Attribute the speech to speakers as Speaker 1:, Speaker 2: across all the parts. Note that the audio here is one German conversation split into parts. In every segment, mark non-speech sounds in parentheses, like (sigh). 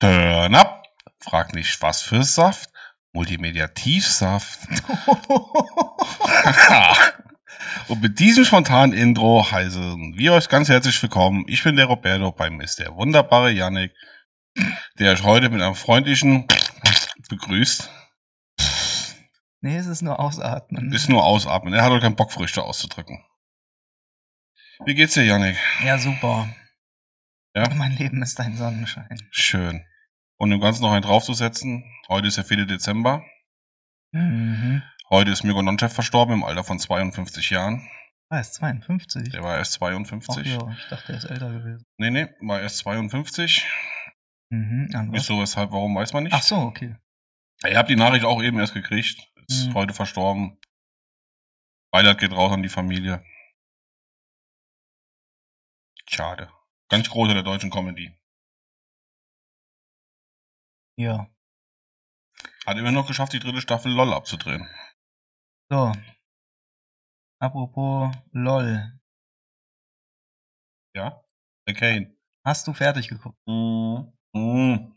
Speaker 1: Turn up. Frag nicht, was für Saft. Multimedia Tiefsaft. (laughs) Ah. Und mit diesem spontanen Intro heißen wir euch ganz herzlich willkommen. Ich bin der Roberto, bei mir ist der wunderbare Yannick, der euch heute mit einem freundlichen begrüßt.
Speaker 2: (laughs) Nee, es ist nur ausatmen. ne?
Speaker 1: Ist nur ausatmen. Er hat doch keinen Bock, Früchte auszudrücken. Wie geht's dir, Yannick?
Speaker 2: ja, super. Oh,
Speaker 1: Ja?
Speaker 2: Mein Leben ist ein Sonnenschein.
Speaker 1: Schön. Und im Ganzen noch einen draufzusetzen. Heute ist der 4. Dezember.
Speaker 2: Mhm.
Speaker 1: Heute ist Mirko Nonchev verstorben im Alter von 52 Jahren.
Speaker 2: Ah, ist 52.
Speaker 1: Der war erst
Speaker 2: Ach
Speaker 1: 52.
Speaker 2: ja, ich dachte, er ist älter gewesen.
Speaker 1: Nee, nee, war erst 52.
Speaker 2: Mhm. An was?
Speaker 1: Wieso, weshalb, warum, weiß man nicht.
Speaker 2: Ach so, okay.
Speaker 1: Ich habe die Nachricht auch eben erst gekriegt. Ist
Speaker 2: Mhm.
Speaker 1: heute verstorben. Beileid geht raus an die Familie. Schade. Ganz große der deutschen Comedy.
Speaker 2: Ja.
Speaker 1: Hat immer noch geschafft, die dritte Staffel LOL abzudrehen.
Speaker 2: So. Apropos LOL.
Speaker 1: Ja? The Kane.
Speaker 2: Hast du fertig geguckt?
Speaker 1: Mhm. Mhm.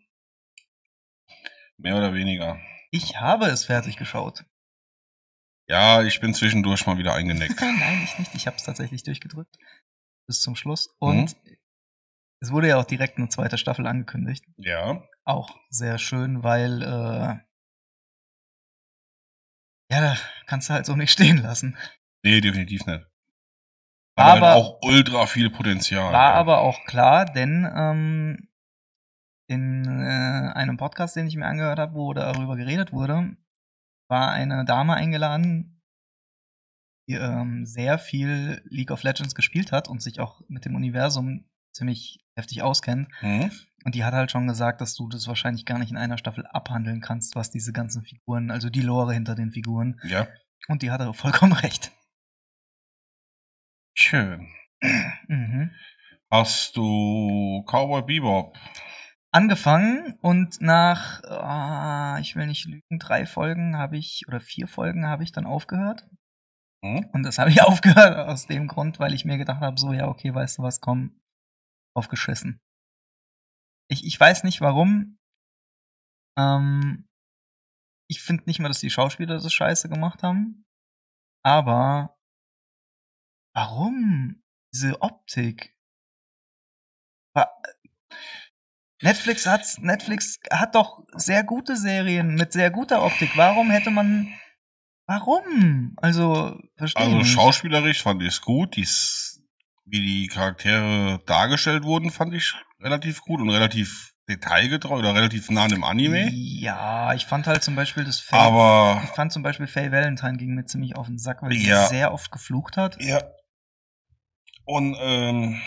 Speaker 1: Mehr oder weniger.
Speaker 2: Ich habe es fertig geschaut. (laughs)
Speaker 1: Ja, ich bin zwischendurch mal wieder
Speaker 2: (laughs)
Speaker 1: eingenickt.
Speaker 2: Nein, ich nicht. Ich habe es tatsächlich durchgedrückt. Bis zum Schluss. Und
Speaker 1: Mhm.
Speaker 2: es wurde ja auch direkt eine zweite Staffel angekündigt.
Speaker 1: ja.
Speaker 2: auch sehr schön, weil äh, ja, kannst du halt so nicht (laughs) stehen lassen.
Speaker 1: Nee, definitiv nicht.
Speaker 2: War
Speaker 1: Aber,
Speaker 2: aber-
Speaker 1: auch ultra viel Potenzial. ja.
Speaker 2: War aber auch klar, denn ähm, in äh, einem Podcast, den ich mir angehört habe, wo darüber geredet wurde, war eine Dame eingeladen, die ähm, sehr viel League of Legends gespielt hat und sich auch mit dem Universum ziemlich heftig auskennt.
Speaker 1: Hm?
Speaker 2: Und die hat halt schon gesagt, dass du das wahrscheinlich gar nicht in einer Staffel abhandeln kannst, was diese ganzen Figuren, also die Lore hinter den Figuren
Speaker 1: Ja.
Speaker 2: Und die hatte vollkommen (laughs) recht.
Speaker 1: Schön.
Speaker 2: Mhm.
Speaker 1: Hast du Cowboy Bebop?
Speaker 2: Angefangen und nach, ah, ich will nicht lügen, drei Folgen habe ich, oder vier Folgen habe ich dann aufgehört.
Speaker 1: Hm?
Speaker 2: Und das habe ich (laughs) aufgehört aus dem Grund, weil ich mir gedacht habe, so, ja, okay, weißt du was, komm, aufgeschissen. Ich, ich weiß nicht warum. Ähm, ich finde nicht mal, dass die Schauspieler das scheiße gemacht haben. Aber warum diese Optik? Wa- Netflix hat, Netflix hat doch sehr gute Serien mit sehr guter Optik. Warum hätte man. Warum? Also, verstehe
Speaker 1: Also
Speaker 2: ich.
Speaker 1: schauspielerisch fand ich es gut. Dies, wie die Charaktere dargestellt wurden, fand ich relativ gut und relativ detailgetreu oder relativ nah an dem Anime.
Speaker 2: Ja, ich fand halt zum Beispiel das Faye, ich
Speaker 1: Aber
Speaker 2: fand zum Beispiel Faye Valentine ging mir ziemlich auf den Sack, weil sie
Speaker 1: Ja.
Speaker 2: sehr oft geflucht hat.
Speaker 1: ja. Und ähm,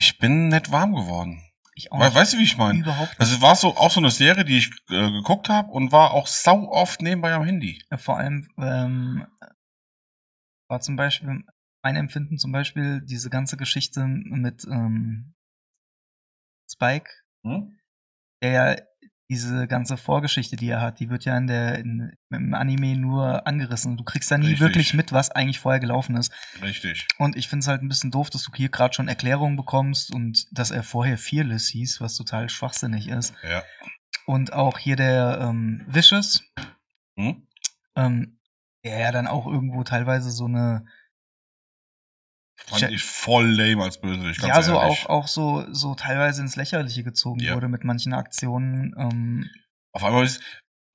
Speaker 1: ich bin nicht warm geworden.
Speaker 2: Ich auch
Speaker 1: We
Speaker 2: nicht,
Speaker 1: weißt du, wie ich meine?
Speaker 2: überhaupt nicht.
Speaker 1: Das war so auch so eine Serie, die ich äh, geguckt habe und war auch sau oft nebenbei am Handy.
Speaker 2: Vor allem ähm, war zum Beispiel mein Empfinden zum Beispiel diese ganze Geschichte mit ähm, Spike,
Speaker 1: Hm?
Speaker 2: der ja diese ganze Vorgeschichte, die er hat, die wird ja in der in, im Anime nur angerissen. Du kriegst da nie
Speaker 1: Richtig.
Speaker 2: wirklich mit, was eigentlich vorher gelaufen ist.
Speaker 1: Richtig.
Speaker 2: Und ich finde es halt ein bisschen doof, dass du hier gerade schon Erklärungen bekommst und dass er vorher Fearless hieß, was total schwachsinnig ist.
Speaker 1: Ja.
Speaker 2: Und auch hier der ähm, Vicious,
Speaker 1: Hm?
Speaker 2: ähm, der ja dann auch irgendwo teilweise so eine,
Speaker 1: Fand
Speaker 2: Ja.
Speaker 1: ich voll lame als Bösewicht. Ganz
Speaker 2: ja, so
Speaker 1: ehrlich.
Speaker 2: auch, auch so, so teilweise ins Lächerliche gezogen
Speaker 1: Ja.
Speaker 2: wurde mit manchen Aktionen. Ähm,
Speaker 1: Auf einmal ist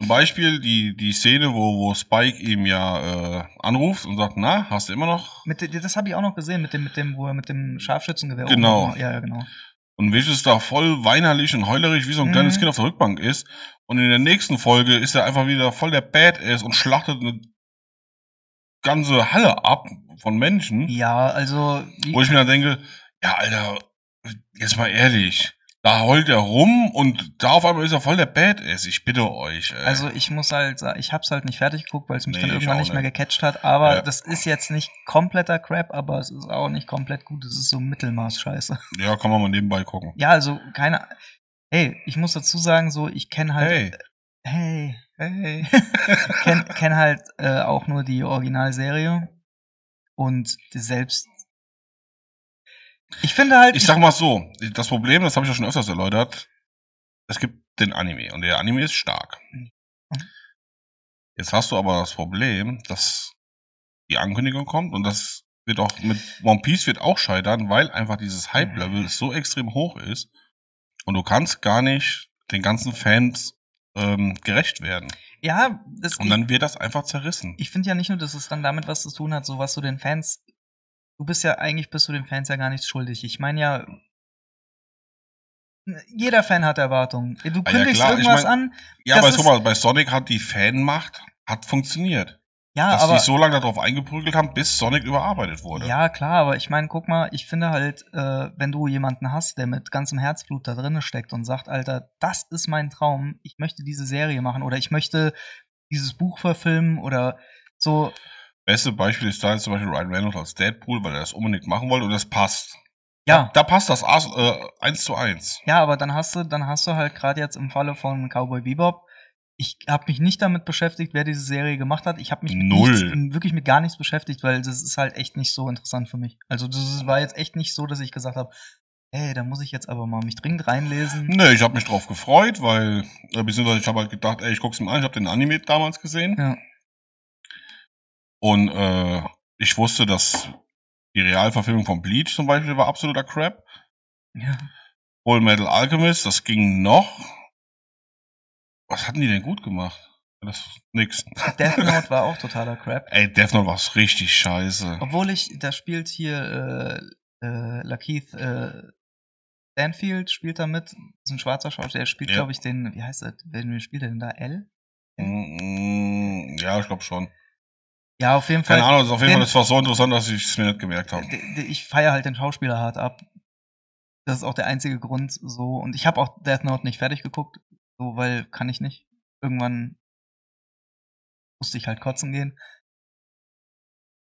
Speaker 1: zum Beispiel die, die Szene, wo, wo Spike ihm ja äh, anruft und sagt, na, hast du immer noch?
Speaker 2: mit, de- das habe ich auch noch gesehen, mit dem, mit dem, wo er mit dem Scharfschützengewehr
Speaker 1: Genau.
Speaker 2: oben- Ja, ja, genau.
Speaker 1: Und Vicious da voll weinerlich und heulerisch wie so ein
Speaker 2: Mhm.
Speaker 1: kleines Kind auf der Rückbank ist. Und in der nächsten Folge ist er einfach wieder voll der Badass und schlachtet eine ganze Halle ab von Menschen.
Speaker 2: Ja, also. wie-
Speaker 1: Wo ich mir dann denke, ja, Alter, jetzt mal ehrlich, da heult er rum und da auf einmal ist er voll der Badass. Ich bitte euch. Ey.
Speaker 2: Also ich muss halt sagen, ich hab's halt nicht fertig geguckt, weil es mich
Speaker 1: Nee,
Speaker 2: dann
Speaker 1: ich
Speaker 2: irgendwann
Speaker 1: auch
Speaker 2: nicht mehr
Speaker 1: nicht.
Speaker 2: gecatcht hat. Aber
Speaker 1: Ja.
Speaker 2: das ist jetzt nicht kompletter Crap, aber es ist auch nicht komplett gut. Es ist so Mittelmaß-Scheiße. (laughs)
Speaker 1: ja, kann man mal nebenbei gucken.
Speaker 2: Ja, also keine. Hey, ich muss dazu sagen, so ich kenne halt.
Speaker 1: Hey,
Speaker 2: Hey, (laughs) hey. hey. kenn, kenn halt äh, auch nur die Originalserie. Und selbst. Ich finde halt.
Speaker 1: Ich sag mal so, das Problem, das habe ich ja schon öfters erläutert, es gibt den Anime und der Anime ist stark. Jetzt hast du aber das Problem, dass die Ankündigung kommt und das wird auch mit One Piece wird auch scheitern, weil einfach dieses
Speaker 2: Mhm.
Speaker 1: Hype-Level so extrem hoch ist und du kannst gar nicht den ganzen Fans ähm, gerecht werden.
Speaker 2: ja, das,
Speaker 1: Und dann wird das einfach zerrissen.
Speaker 2: ich finde ja nicht nur, dass es dann damit was zu tun hat, so was du den Fans. Du bist ja eigentlich bist du den Fans ja gar nichts schuldig. Ich meine ja, jeder Fan hat Erwartungen. Du
Speaker 1: ja,
Speaker 2: kündigst
Speaker 1: klar, ich
Speaker 2: irgendwas
Speaker 1: mein,
Speaker 2: an.
Speaker 1: Ja,
Speaker 2: das
Speaker 1: aber
Speaker 2: ist-
Speaker 1: guck mal, bei Sonic hat die Fanmacht hat funktioniert.
Speaker 2: Ja,
Speaker 1: dass
Speaker 2: Ah, aber
Speaker 1: die so lange darauf eingeprügelt haben, bis Sonic überarbeitet wurde.
Speaker 2: ja klar, aber ich meine, guck mal, ich finde halt, äh, wenn du jemanden hast, der mit ganzem Herzblut da drin steckt und sagt, Alter, das ist mein Traum. Ich möchte diese Serie machen oder ich möchte dieses Buch verfilmen oder so.
Speaker 1: Beste Beispiel ist da jetzt zum Beispiel Ryan Reynolds als Deadpool, weil er das unbedingt machen wollte und das passt.
Speaker 2: Ja.
Speaker 1: Da, da passt das as- äh, eins zu eins.
Speaker 2: Ja, aber dann hast du, dann hast du halt gerade jetzt im Falle von Cowboy Bebop, ich habe mich nicht damit beschäftigt, wer diese Serie gemacht hat. Ich habe mich mit
Speaker 1: Null.
Speaker 2: Nichts, wirklich mit gar nichts beschäftigt, weil das ist halt echt nicht so interessant für mich. Also das ist- war jetzt echt nicht so, dass ich gesagt habe, ey, da muss ich jetzt aber mal mich dringend
Speaker 1: (laughs)
Speaker 2: reinlesen.
Speaker 1: Ne, ich habe mich drauf gefreut, weil, äh, beziehungsweise ich habe halt gedacht, ey, ich guck's mir an, ich habe den Anime damals gesehen.
Speaker 2: Ja.
Speaker 1: Und äh, ich wusste, dass die Realverfilmung von Bleach zum Beispiel war absoluter Crap.
Speaker 2: Ja.
Speaker 1: Full Metal Alchemist, das ging noch. Was hatten die denn gut gemacht? Das nix.
Speaker 2: Death Note war auch totaler Crap.
Speaker 1: Ey, Death Note war's richtig scheiße.
Speaker 2: Obwohl ich, da spielt hier äh, äh, Lakeith äh, Stanfield spielt da mit, ist ein schwarzer Schauspieler, der spielt,
Speaker 1: Ja.
Speaker 2: glaube ich, den, wie heißt er, wen spielt er denn da? L?
Speaker 1: Mm, mm, Ja, ich glaube schon.
Speaker 2: Äh, Ja, auf jeden Fall.
Speaker 1: Keine Ahnung, das ist auf jeden
Speaker 2: Den-
Speaker 1: Fall, das war so interessant, dass ich es mir nicht gemerkt habe.
Speaker 2: D- d- ich feiere halt den Schauspieler hart ab. Das ist auch der einzige Grund so. Und ich habe auch Death Note nicht fertig geguckt, so weil kann ich nicht. Irgendwann musste ich halt kotzen gehen.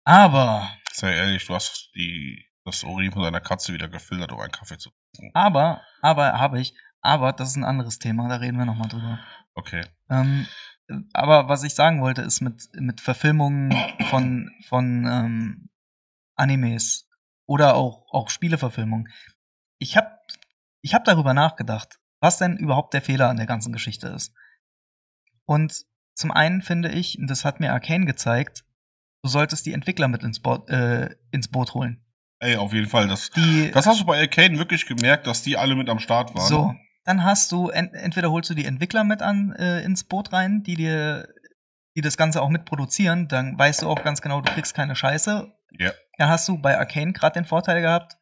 Speaker 2: Aber,
Speaker 1: Sei ehrlich, du hast die, das Urin von deiner Katze wieder gefiltert, um einen Kaffee zu.
Speaker 2: aber, aber habe ich. Aber das ist ein anderes Thema, da reden wir nochmal drüber.
Speaker 1: Okay.
Speaker 2: Ähm, aber was ich sagen wollte, ist mit, mit Verfilmungen von, von ähm, Animes oder auch, auch Spieleverfilmungen. Ich habe ich hab darüber nachgedacht, was denn überhaupt der Fehler an der ganzen Geschichte ist. Und zum einen finde ich, und das hat mir Arcane gezeigt, du solltest die Entwickler mit ins, Bo äh, ins Boot holen.
Speaker 1: Ey, auf jeden Fall. Das,
Speaker 2: Die,
Speaker 1: das hast du bei Arcane wirklich gemerkt, dass die alle mit am Start waren.
Speaker 2: So, dann hast du, ent entweder holst du die Entwickler mit an äh, ins Boot rein, die dir, die das Ganze auch mitproduzieren, dann weißt du auch ganz genau, du kriegst keine Scheiße.
Speaker 1: Ja.
Speaker 2: Dann hast du bei Arcane gerade den Vorteil gehabt,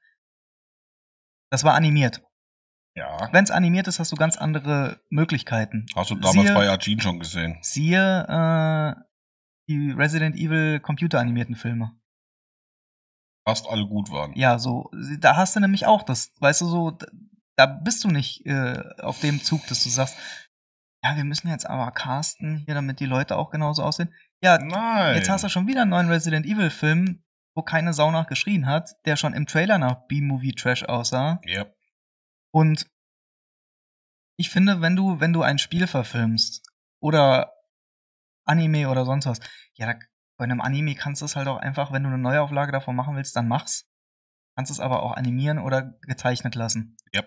Speaker 2: das war animiert.
Speaker 1: Ja.
Speaker 2: Wenn es animiert ist, hast du ganz andere Möglichkeiten.
Speaker 1: Hast du damals
Speaker 2: Siehe-
Speaker 1: bei Argene schon gesehen.
Speaker 2: Siehe äh, die Resident Evil computeranimierten Filme.
Speaker 1: Fast alle gut waren.
Speaker 2: Ja, so, da hast du nämlich auch das, weißt du, so, d- da bist du nicht äh, auf dem Zug, dass du sagst, ja, wir müssen jetzt aber casten hier, damit die Leute auch genauso aussehen. Ja,
Speaker 1: Nein.
Speaker 2: jetzt hast du schon wieder einen neuen Resident Evil-Film, wo keine Sau nach geschrien hat, der schon im Trailer nach B-Movie-Trash aussah.
Speaker 1: Ja.
Speaker 2: Und ich finde, wenn du, wenn du ein Spiel verfilmst oder Anime oder sonst was, ja, da, bei einem Anime kannst du es halt auch einfach, wenn du eine Neuauflage davon machen willst, dann mach's. Kannst es aber auch animieren oder gezeichnet lassen.
Speaker 1: Ja.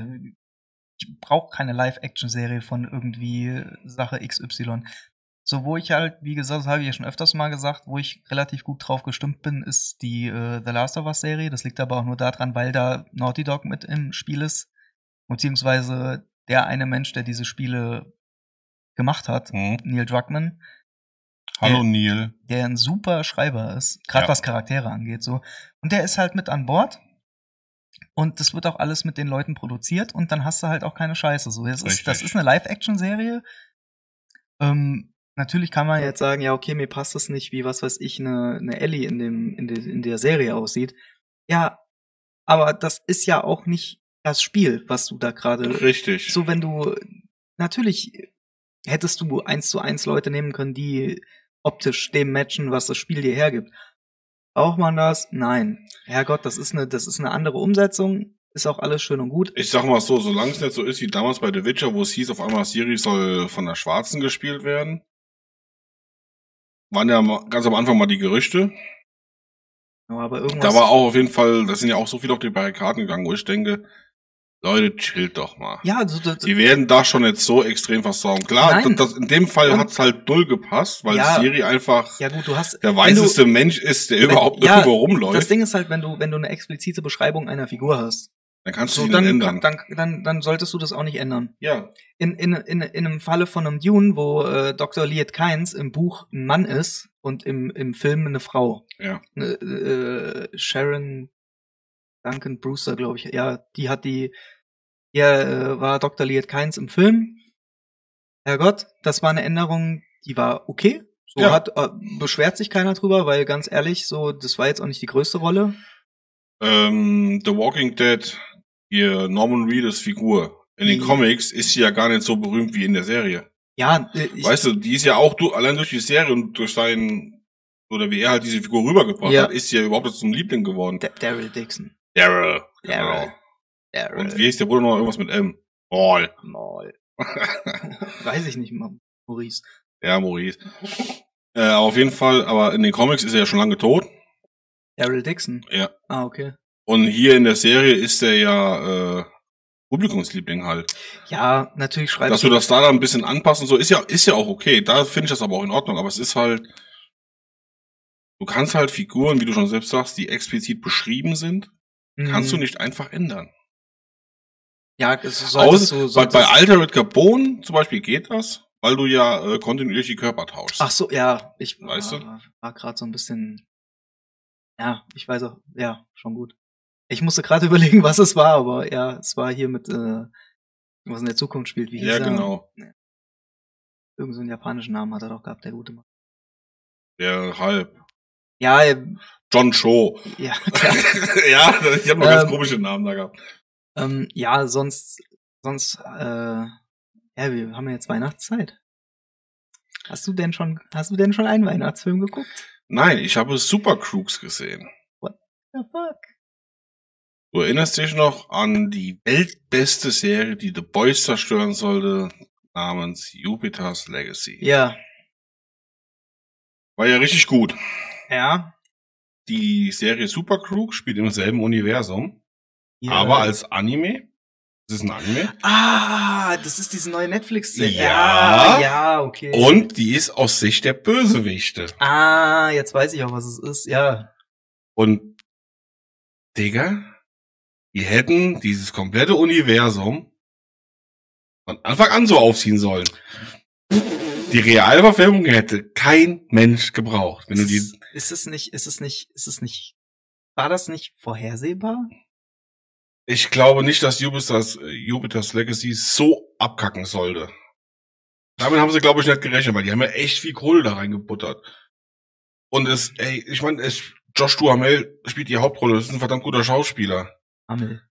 Speaker 2: Äh, Ich brauche keine Live-Action-Serie von irgendwie Sache XY. So, wo ich halt, wie gesagt, das habe ich ja schon öfters mal gesagt, wo ich relativ gut drauf gestimmt bin, ist die äh, The Last of Us Serie. Das liegt aber auch nur daran, weil da Naughty Dog mit im Spiel ist. Beziehungsweise der eine Mensch, der diese Spiele gemacht hat,
Speaker 1: Hm.
Speaker 2: Neil Druckmann,
Speaker 1: Hallo
Speaker 2: Äh,
Speaker 1: Neil.
Speaker 2: der ein super Schreiber ist, gerade
Speaker 1: Ja.
Speaker 2: was Charaktere angeht, so. Und der ist halt mit an Bord. Und das wird auch alles mit den Leuten produziert und dann hast du halt auch keine Scheiße. So, das, ist, das
Speaker 1: Richtig.
Speaker 2: ist eine Live-Action-Serie. Ähm, natürlich kann man jetzt sagen, ja, okay, mir passt das nicht, wie was weiß ich, eine, eine Ellie in, dem, in, de, in der Serie aussieht. Ja, aber das ist ja auch nicht das Spiel, was du da gerade
Speaker 1: Richtig.
Speaker 2: so wenn du natürlich hättest du eins zu eins Leute nehmen können, die optisch dem matchen, was das Spiel dir hergibt. Braucht man das? Nein. Herrgott, das ist eine, das ist eine andere Umsetzung. Ist auch alles schön und gut.
Speaker 1: Ich sag mal so, solange es nicht so ist wie damals bei The Witcher, wo es hieß, auf einmal Siri soll von der Schwarzen gespielt werden. Waren ja ma- ganz am Anfang mal die Gerüchte.
Speaker 2: Aber irgendwas.
Speaker 1: Da war auch auf jeden Fall, da sind ja auch so viele auf die Barrikaden gegangen, wo ich denke, Leute, chillt doch mal.
Speaker 2: ja, so, so, so,
Speaker 1: Die werden da schon jetzt so extrem versauen. Klar,
Speaker 2: Nein.
Speaker 1: das, in dem Fall
Speaker 2: Und-
Speaker 1: hat's halt null gepasst, weil
Speaker 2: Ja.
Speaker 1: Siri einfach
Speaker 2: ja gut, du hast.
Speaker 1: der
Speaker 2: wenn du-
Speaker 1: weiseste Mensch ist, der
Speaker 2: Wenn-
Speaker 1: überhaupt
Speaker 2: ja,
Speaker 1: irgendwo
Speaker 2: Das
Speaker 1: rumläuft.
Speaker 2: Ding ist halt, wenn du, wenn du eine explizite Beschreibung einer Figur hast,
Speaker 1: Dann kannst du
Speaker 2: so,
Speaker 1: ihn
Speaker 2: dann,
Speaker 1: ändern.
Speaker 2: dann, dann, dann solltest du das auch nicht ändern.
Speaker 1: ja,
Speaker 2: In, in, in, in einem Falle von einem Dune, wo äh, Dr. Liet Kynes im Buch ein Mann ist und im, im Film eine Frau.
Speaker 1: Ja.
Speaker 2: Äh, äh, Sharon Duncan Brewster, glaube ich. Ja, die hat die. Ja, äh, war Dr. Liet Kynes im Film. Herrgott, das war eine Änderung, die war okay. So
Speaker 1: Ja.
Speaker 2: hat, äh, beschwert sich keiner drüber, weil ganz ehrlich, so, das war jetzt auch nicht die größte Rolle.
Speaker 1: ähm, The Walking Dead, ihr Norman Reedus Figur in den
Speaker 2: Ja.
Speaker 1: Comics ist sie ja gar nicht so berühmt wie in der Serie.
Speaker 2: Ja, äh, ich,
Speaker 1: weißt du, die ist ja auch du, allein durch die Serie und durch seinen, oder wie er halt diese Figur rübergebracht
Speaker 2: Ja.
Speaker 1: hat, ist sie ja überhaupt zum Liebling geworden.
Speaker 2: Da- Daryl Dixon.
Speaker 1: Daryl.
Speaker 2: Daryl.
Speaker 1: Genau. Und wie ist der Bruder noch irgendwas mit M?
Speaker 2: (laughs)
Speaker 1: Ball.
Speaker 2: Mal. Weiß ich nicht mal, Maurice.
Speaker 1: ja, Maurice. Äh, aber auf jeden Fall, aber in den Comics ist er ja schon lange tot.
Speaker 2: Daryl Dixon?
Speaker 1: Ja.
Speaker 2: Ah, okay.
Speaker 1: Und hier in der Serie ist er ja äh, Publikumsliebling halt.
Speaker 2: Ja, natürlich schreibe
Speaker 1: Dass
Speaker 2: ich.
Speaker 1: du das da dann ein bisschen anpassen so ist ja ist ja auch okay. Da finde ich das aber auch in Ordnung. Aber es ist halt, du kannst halt Figuren, wie du schon selbst sagst, die explizit beschrieben sind,
Speaker 2: Mhm.
Speaker 1: kannst du nicht einfach ändern.
Speaker 2: Ja, es solltest
Speaker 1: Außer
Speaker 2: du,
Speaker 1: bei,
Speaker 2: solltest
Speaker 1: bei Altered Carbon zum Beispiel geht das, weil du ja äh, kontinuierlich die Körper tauschst.
Speaker 2: Ach so, ja, ich
Speaker 1: Weißt du?
Speaker 2: war, war gerade so ein bisschen. Ja, ich weiß auch, ja, schon gut. Ich musste gerade (laughs) überlegen, was es war, aber ja, es war hier mit, äh, was in der Zukunft spielt, wie hieß
Speaker 1: ja
Speaker 2: er?
Speaker 1: genau.
Speaker 2: Irgend so einen japanischen Namen hat er doch gehabt, der gute Mann.
Speaker 1: Der halb.
Speaker 2: Ja, ähm,
Speaker 1: John Cho.
Speaker 2: ja,
Speaker 1: (laughs) ja, ich habe noch ganz
Speaker 2: Ähm,
Speaker 1: komische Namen da gehabt.
Speaker 2: ähm, ja, sonst, sonst, äh, ja, wir haben ja jetzt Weihnachtszeit. Hast du denn schon, hast du denn schon einen Weihnachtsfilm geguckt?
Speaker 1: Nein, ich habe Super Crooks gesehen.
Speaker 2: The fuck?
Speaker 1: Du erinnerst dich noch an die weltbeste Serie, die The Boys zerstören sollte, namens Jupiter's Legacy.
Speaker 2: Ja,
Speaker 1: War ja richtig gut.
Speaker 2: ja.
Speaker 1: Die Serie Super Crook spielt im selben Universum,
Speaker 2: ja.
Speaker 1: aber als Anime. Das ist ein Anime.
Speaker 2: Ah, das ist diese neue Netflix-Serie.
Speaker 1: Ja.
Speaker 2: ja, ja, okay.
Speaker 1: Und die ist aus Sicht der Bösewichte.
Speaker 2: Ah, jetzt weiß ich auch, was es ist. Ja.
Speaker 1: Und, Digga, die hätten dieses komplette Universum von Anfang an so aufziehen sollen. Die Realverfilmung hätte kein Mensch gebraucht. Wenn du die
Speaker 2: ist, ist es nicht, ist es nicht, ist es nicht. War das nicht vorhersehbar?
Speaker 1: Ich glaube nicht, dass Jupiter's, Jupiter's Legacy so abkacken sollte. Damit haben sie, glaube ich, nicht gerechnet, weil die haben ja echt viel Kohle da reingebuttert. Und es, ey, ich meine, es, Josh Duhamel spielt die Hauptrolle, das ist ein verdammt guter Schauspieler.
Speaker 2: Hammel.
Speaker 1: (laughs)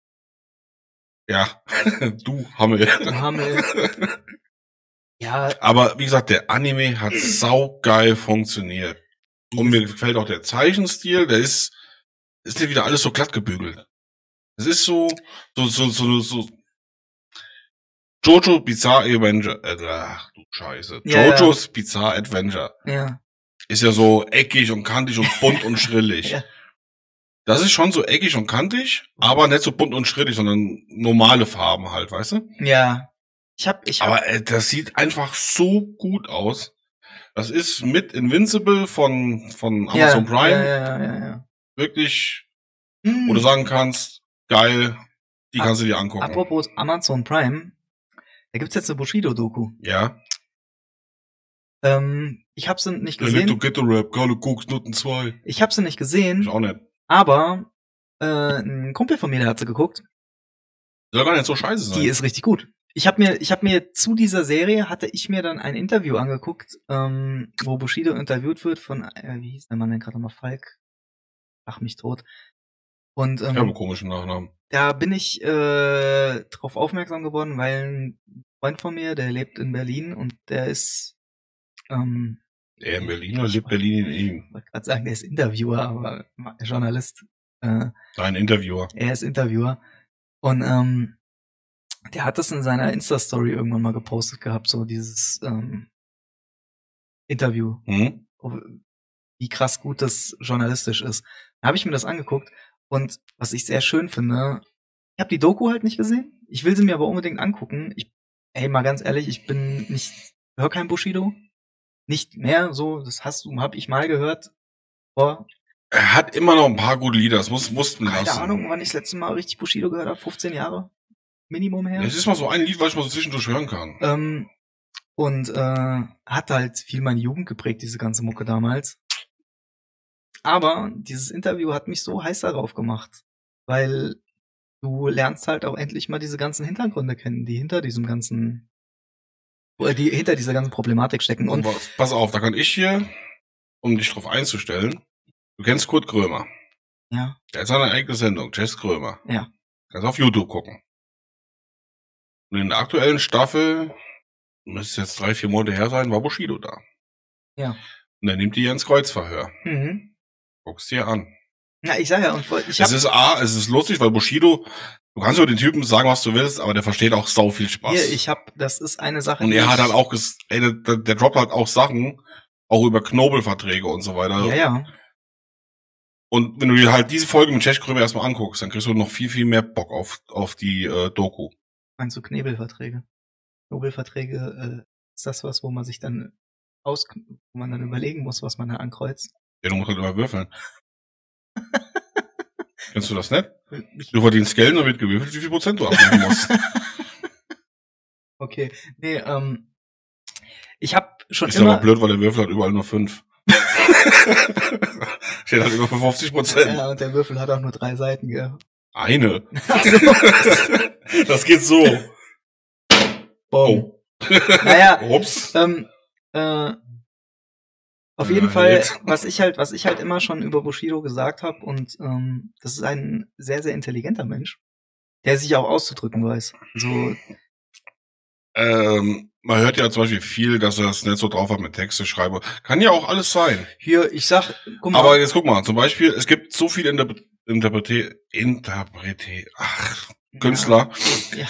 Speaker 1: Ja, (laughs) du Hammel.
Speaker 2: Du Hammel. Ja,
Speaker 1: Aber wie gesagt, der Anime
Speaker 2: Mhm.
Speaker 1: hat saugeil funktioniert. Und mir gefällt auch der Zeichenstil, der ist, ist ja wieder alles so glatt gebügelt. Es ist so, so, so, so, so. Jojo Bizarre Adventure, äh, ach du Scheiße.
Speaker 2: Ja, ja.
Speaker 1: Jojo's Bizarre Adventure
Speaker 2: ja.
Speaker 1: ist ja so eckig und kantig und bunt
Speaker 2: (laughs)
Speaker 1: und schrillig.
Speaker 2: Ja.
Speaker 1: Das ist schon so eckig und kantig, aber nicht so bunt und schrillig, sondern normale Farben halt, weißt du?
Speaker 2: Ja. Ich hab, ich hab.
Speaker 1: Aber äh, das sieht einfach so gut aus. Das ist mit Invincible von, von
Speaker 2: ja,
Speaker 1: Amazon Prime
Speaker 2: Ja, ja, ja, ja.
Speaker 1: wirklich,
Speaker 2: Hm.
Speaker 1: wo du sagen kannst, geil, die
Speaker 2: Ap-
Speaker 1: kannst du dir angucken.
Speaker 2: Apropos Amazon Prime. Da gibt's jetzt eine Bushido-Doku.
Speaker 1: ja. Ähm,
Speaker 2: Ähm, ich hab sie nicht
Speaker 1: du
Speaker 2: gesehen. Hm.
Speaker 1: get the rap, geile Cooks, Nutten 2.
Speaker 2: Ich hab sie nicht gesehen,
Speaker 1: Ich auch nicht.
Speaker 2: aber äh, ein Kumpel von mir, der hat sie geguckt.
Speaker 1: Soll gar nicht so scheiße sein.
Speaker 2: Die ist richtig gut. Ich habe mir, ich habe mir zu dieser Serie hatte ich mir dann ein Interview angeguckt, ähm, wo Bushido interviewt wird von, äh, wie hieß der Mann denn gerade nochmal Falk? Ach mich tot. Und ähm,
Speaker 1: ich habe einen komischen Nachnamen.
Speaker 2: da bin ich äh, drauf aufmerksam geworden, weil ein Freund von mir, der lebt in Berlin und der ist, ähm,
Speaker 1: Er in Berlin oder lebt Berlin in ihm?
Speaker 2: wollte gerade sagen, der ist Interviewer, aber Journalist. Äh,
Speaker 1: Dein Interviewer.
Speaker 2: er ist Interviewer. Und ähm, der hat das in seiner Insta-Story irgendwann mal gepostet gehabt, so dieses ähm, Interview.
Speaker 1: Hm?
Speaker 2: wie krass gut das journalistisch ist. Da habe ich mir das angeguckt und was ich sehr schön finde, ich habe die Doku halt nicht gesehen. Ich will sie mir aber unbedingt angucken. Ich, ey, mal ganz ehrlich, ich bin nicht, hör kein Bushido. Nicht mehr so, das hast du, hab ich mal gehört. Vor,
Speaker 1: Er hat immer noch ein paar gute Lieder, das muss, mussten
Speaker 2: keine
Speaker 1: lassen.
Speaker 2: Ahnung, wann ich das letzte Mal richtig Bushido gehört habe, 15 Jahre. Minimum her.
Speaker 1: Es ist mal so ein Lied, was ich mal so zwischendurch hören kann.
Speaker 2: Ähm, und äh, hat halt viel meine Jugend geprägt, diese ganze Mucke damals. Aber dieses Interview hat mich so heiß darauf gemacht, weil du lernst halt auch endlich mal diese ganzen Hintergründe kennen, die hinter diesem ganzen, äh, die hinter dieser ganzen Problematik stecken. Und
Speaker 1: Aber pass auf, da kann ich hier, um dich drauf einzustellen, du kennst Kurt Krömer.
Speaker 2: ja,
Speaker 1: Der hat seine eigene Sendung, Jess Krömer.
Speaker 2: Ja.
Speaker 1: Kannst auf YouTube gucken. Und in der aktuellen Staffel, müsste jetzt drei, vier Monate her sein, war Bushido da.
Speaker 2: Ja.
Speaker 1: Und er nimmt die ans Kreuzverhör.
Speaker 2: mhm.
Speaker 1: Guckst dir an.
Speaker 2: ja, ich sag ja, und voll- ich hab,
Speaker 1: Es ist A, es ist lustig, weil Bushido, du kannst über den Typen sagen, was du willst, aber der versteht auch sau viel Spaß.
Speaker 2: hier, ich hab, das ist eine Sache.
Speaker 1: und
Speaker 2: die
Speaker 1: er hat
Speaker 2: ich-
Speaker 1: halt auch, ges ey, der, der droppt halt auch Sachen, auch über Knobelverträge und so weiter.
Speaker 2: ja, ja.
Speaker 1: Und wenn du dir halt diese Folge mit Cech Krömer erstmal anguckst, dann kriegst du noch viel, viel mehr Bock auf, auf die äh, Doku.
Speaker 2: Meinst du Knebelverträge? Knobelverträge äh, ist das was, wo man sich dann aus, wo man dann überlegen muss, was man da ankreuzt.
Speaker 1: Ja, du musst halt immer
Speaker 2: (laughs)
Speaker 1: würfeln. Kennst du das nicht?
Speaker 2: Ich-
Speaker 1: Du verdienst Geld und dann wird gewürfelt, wie viel Prozent du abgeben
Speaker 2: (laughs)
Speaker 1: musst.
Speaker 2: Okay, nee, ähm, ich habe schon
Speaker 1: Ist aber
Speaker 2: immer,
Speaker 1: blöd, weil der Würfel hat überall nur fünf.
Speaker 2: (laughs)
Speaker 1: (laughs) Steht halt über 50 Prozent.
Speaker 2: ja, und der Würfel hat auch nur drei
Speaker 1: (laughs)
Speaker 2: Seiten, gell?
Speaker 1: Eine.
Speaker 2: Also,
Speaker 1: das geht
Speaker 2: (laughs)
Speaker 1: so. Oh.
Speaker 2: boom. Naja,
Speaker 1: Ups.
Speaker 2: Ähm, äh, auf jeden
Speaker 1: Äh,
Speaker 2: Fall,
Speaker 1: jetzt.
Speaker 2: was ich halt, was ich halt immer schon über Bushido gesagt habe, und ähm, das ist ein sehr, sehr intelligenter Mensch, der sich auch auszudrücken weiß. Also, So,
Speaker 1: Ähm, man hört ja zum Beispiel viel, dass er es nicht so drauf hat mit Texte schreiben. Kann ja auch alles sein.
Speaker 2: hier, ich sag, guck mal,
Speaker 1: Aber jetzt guck mal, zum Beispiel, es gibt so viele Interpre Interprete, Interprete, ach, Künstler.
Speaker 2: Ja.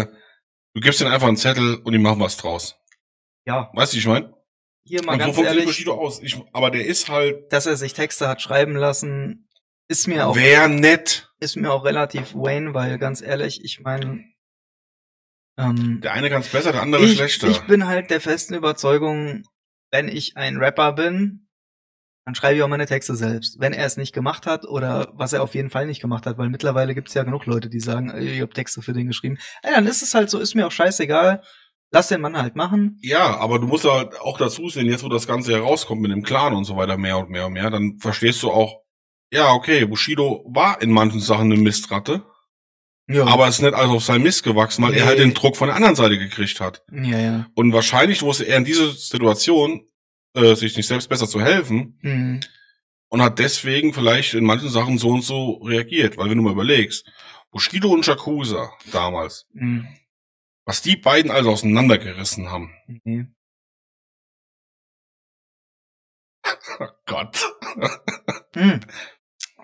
Speaker 1: (laughs) äh, du gibst denen einfach einen Zettel und die machen was draus.
Speaker 2: Ja,
Speaker 1: Weißt du, wie ich meine?
Speaker 2: hier mal
Speaker 1: Und so
Speaker 2: ganz
Speaker 1: funktioniert
Speaker 2: ehrlich,
Speaker 1: Bushido aus. Ich, aber der ist halt,
Speaker 2: dass er sich Texte hat schreiben lassen, ist mir auch
Speaker 1: wär nett.
Speaker 2: ist mir auch relativ Wayne, weil ganz ehrlich, ich meine, ähm,
Speaker 1: Der eine kann es besser, der andere
Speaker 2: ich,
Speaker 1: schlechter.
Speaker 2: ich bin halt der festen Überzeugung, wenn ich ein Rapper bin, dann schreibe ich auch meine Texte selbst. Wenn er es nicht gemacht hat oder was er auf jeden Fall nicht gemacht hat, weil mittlerweile gibt es ja genug Leute, die sagen, ey, ich habe Texte für den geschrieben. Ey, dann ist es halt so, ist mir auch scheißegal. Lass den Mann halt machen.
Speaker 1: ja, aber du musst halt auch dazu sehen, jetzt wo das Ganze herauskommt mit dem Clan und so weiter, mehr und mehr und mehr, dann verstehst du auch, ja, okay, Bushido war in manchen Sachen eine Mistratte,
Speaker 2: Ja,
Speaker 1: aber ist nicht alles auf sein Mist gewachsen, weil er halt
Speaker 2: Nee.
Speaker 1: den Druck von der anderen Seite gekriegt hat.
Speaker 2: ja, ja.
Speaker 1: Und wahrscheinlich wusste er in dieser Situation, äh, sich nicht selbst besser zu helfen,
Speaker 2: Hm.
Speaker 1: und hat deswegen vielleicht in manchen Sachen so und so reagiert. Weil wenn du mal überlegst, Bushido und Shakusa damals,
Speaker 2: Hm.
Speaker 1: was die beiden also auseinandergerissen haben.
Speaker 2: Nee.
Speaker 1: Gott.
Speaker 2: Hm.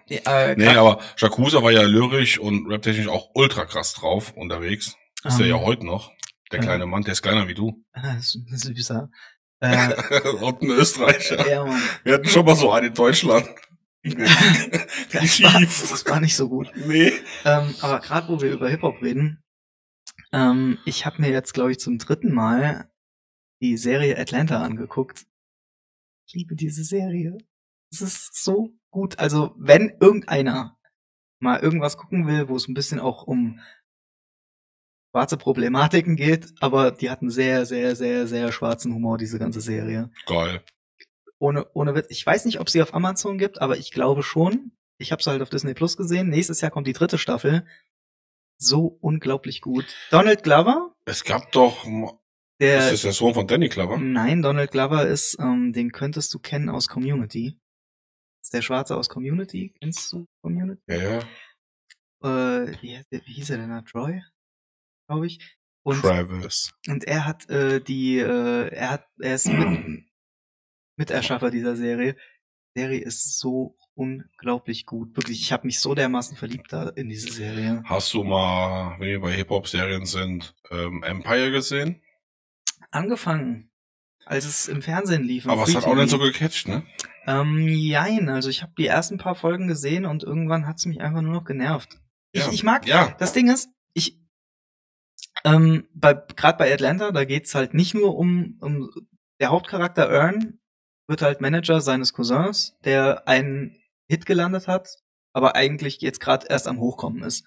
Speaker 2: Ja, äh,
Speaker 1: Nee,
Speaker 2: klar.
Speaker 1: aber Shakusa war ja lyrisch und raptechnisch auch ultra krass drauf unterwegs. Ist er
Speaker 2: Ähm,
Speaker 1: ja heute noch. Der
Speaker 2: ja.
Speaker 1: kleine Mann, der ist kleiner wie du. (laughs)
Speaker 2: Ah, (laughs) das ist das ist bizarr. Äh, (laughs)
Speaker 1: und ein Österreicher. (laughs)
Speaker 2: ja, Mann.
Speaker 1: Wir hatten schon mal so einen in
Speaker 2: (laughs)
Speaker 1: Deutschland.
Speaker 2: Das war, das war nicht so gut.
Speaker 1: Nee.
Speaker 2: Ähm, aber gerade wo wir über Hip-Hop reden, ähm, ich habe mir jetzt, glaube ich, zum dritten Mal die Serie Atlanta angeguckt. Ich liebe diese Serie. Es ist so gut. Also, wenn irgendeiner mal irgendwas gucken will, wo es ein bisschen auch um schwarze Problematiken geht, aber die hatten sehr, sehr, sehr, sehr schwarzen Humor, diese ganze Serie
Speaker 1: Geil.
Speaker 2: ohne, ohne Witz. Ich weiß nicht, ob sie auf Amazon gibt, aber ich glaube schon. Ich habe sie halt auf Disney Plus gesehen. Nächstes Jahr kommt die dritte Staffel. So unglaublich gut. Donald Glover,
Speaker 1: Es gab doch, mal- das
Speaker 2: der.
Speaker 1: ist der Sohn von Danny Glover.
Speaker 2: Nein, Donald Glover ist, ähm, den könntest du kennen aus Community. Ist der Schwarze aus Community? Kennst du Community?
Speaker 1: Ja, ja.
Speaker 2: Äh, wie, heißt der, wie hieß er denn da? Troy? Glaube ich. Und,
Speaker 1: Travis.
Speaker 2: und er hat äh, die, äh, er hat, er ist
Speaker 1: (clears throat)
Speaker 2: mit, Miterschaffer dieser Serie. Die Serie ist so unglaublich gut. Wirklich, ich habe mich so dermaßen verliebt da in diese Serie.
Speaker 1: Hast du mal, wenn wir bei Hip-Hop-Serien sind, ähm, Empire gesehen?
Speaker 2: Angefangen. als es im Fernsehen lief. im
Speaker 1: Aber es
Speaker 2: Free
Speaker 1: hat auch nicht
Speaker 2: TV.
Speaker 1: so gecatcht, ne?
Speaker 2: Ähm, jein, also ich habe die ersten paar Folgen gesehen und irgendwann hat's mich einfach nur noch genervt.
Speaker 1: Ja.
Speaker 2: Ich, ich mag,
Speaker 1: Ja,
Speaker 2: das Ding ist, ich, ähm, bei, gerade bei Atlanta, da geht's halt nicht nur um, um, der Hauptcharakter Earn wird halt Manager seines Cousins, der einen Hit gelandet hat, aber eigentlich jetzt gerade erst am Hochkommen ist.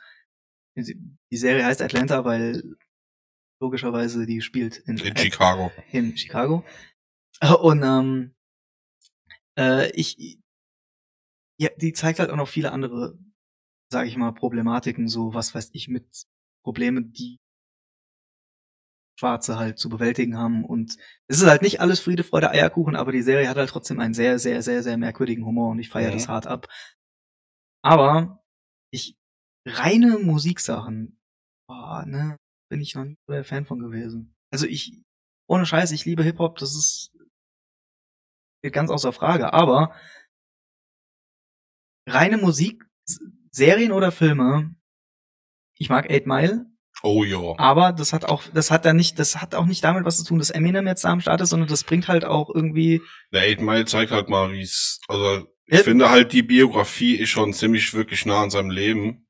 Speaker 2: Die die Serie heißt Atlanta, weil logischerweise die spielt in,
Speaker 1: in Chicago.
Speaker 2: in Chicago. Äh, (laughs) Und ähm, äh, ich, ja, die zeigt halt auch noch viele andere, sage ich mal, Problematiken, so was weiß ich, mit Probleme, die Schwarze halt zu bewältigen haben. Und es ist halt nicht alles Friede, Freude, Eierkuchen, aber die Serie hat halt trotzdem einen sehr, sehr, sehr, sehr merkwürdigen Humor und ich feiere
Speaker 1: Mhm.
Speaker 2: das hart ab. Aber ich reine Musiksachen, boah, ne, bin ich noch nie so der Fan von gewesen. Also ich, ohne Scheiß, ich liebe Hip-Hop, das ist steht ganz außer Frage, aber reine Musik, S- Serien oder Filme, ich mag Eight Mile,
Speaker 1: Oh jo.
Speaker 2: aber das hat auch, das hat da nicht, das hat auch nicht damit was zu tun, dass Eminem jetzt da am Start ist, sondern das bringt halt auch irgendwie,
Speaker 1: Der 8 Mile zeigt halt mal, wie's. Also, ich
Speaker 2: Ja.
Speaker 1: finde halt, die Biografie ist schon ziemlich wirklich nah an seinem Leben.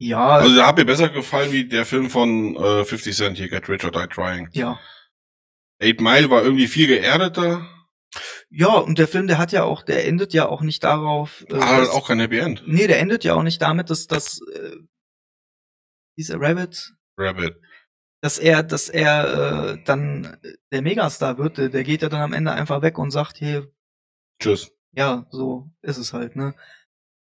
Speaker 2: ja,
Speaker 1: Also, da hat mir besser gefallen, wie der Film von äh, 50 Cent hier, Get Rich or Die Trying.
Speaker 2: ja.
Speaker 1: 8 Mile war irgendwie viel geerdeter,
Speaker 2: Ja, und der Film, der hat ja auch, der endet ja auch nicht darauf. äh,
Speaker 1: aber hat halt
Speaker 2: dass-
Speaker 1: auch kein Happy End.
Speaker 2: Nee, der endet ja auch nicht damit, dass das äh, dieser Rabbit,
Speaker 1: Rabbit.
Speaker 2: dass er, dass er äh, dann der Megastar wird, der, der geht ja dann am Ende einfach weg und sagt, hey,
Speaker 1: Tschüss.
Speaker 2: ja, so ist es halt, ne?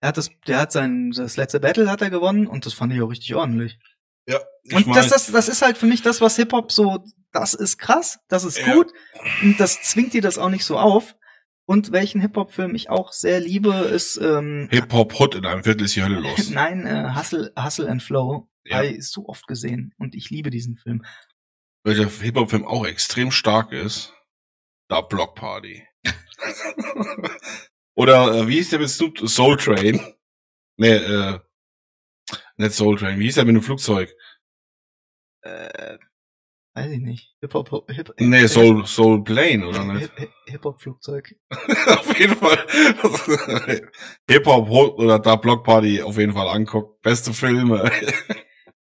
Speaker 2: Er hat das, der hat sein, das letzte Battle hat er gewonnen und das fand ich auch richtig ordentlich.
Speaker 1: Ja,
Speaker 2: und das, das, das ist halt für mich das, was Hip-Hop so, das ist krass, das ist
Speaker 1: Ja.
Speaker 2: gut und das zwingt dir das auch nicht so auf. Und welchen Hip-Hop-Film ich auch sehr liebe, ist ähm,
Speaker 1: Hip-Hop Hot in einem Viertel ist die Hölle los.
Speaker 2: (laughs) Nein, äh, Hustle, Hustle and Flow.
Speaker 1: Ja.
Speaker 2: Ja. Ist so oft gesehen und ich liebe diesen Film.
Speaker 1: Welcher Hip-Hop-Film auch extrem stark ist, da Block Party. Oder äh, wie hieß der mit Snoop Soul Train? Nee, äh, nicht Soul Train. Wie hieß der mit dem Flugzeug?
Speaker 2: Äh, weiß ich nicht. Hip-Hop, Hip äh,
Speaker 1: Nee, Soul, Soul Plane, oder nicht?
Speaker 2: Hip- Hip- Hip-Hop-Flugzeug.
Speaker 1: (laughs) auf jeden Fall. (laughs) Hip-Hop Hot oder da Block Party auf jeden Fall anguckt. Beste Filme. (laughs)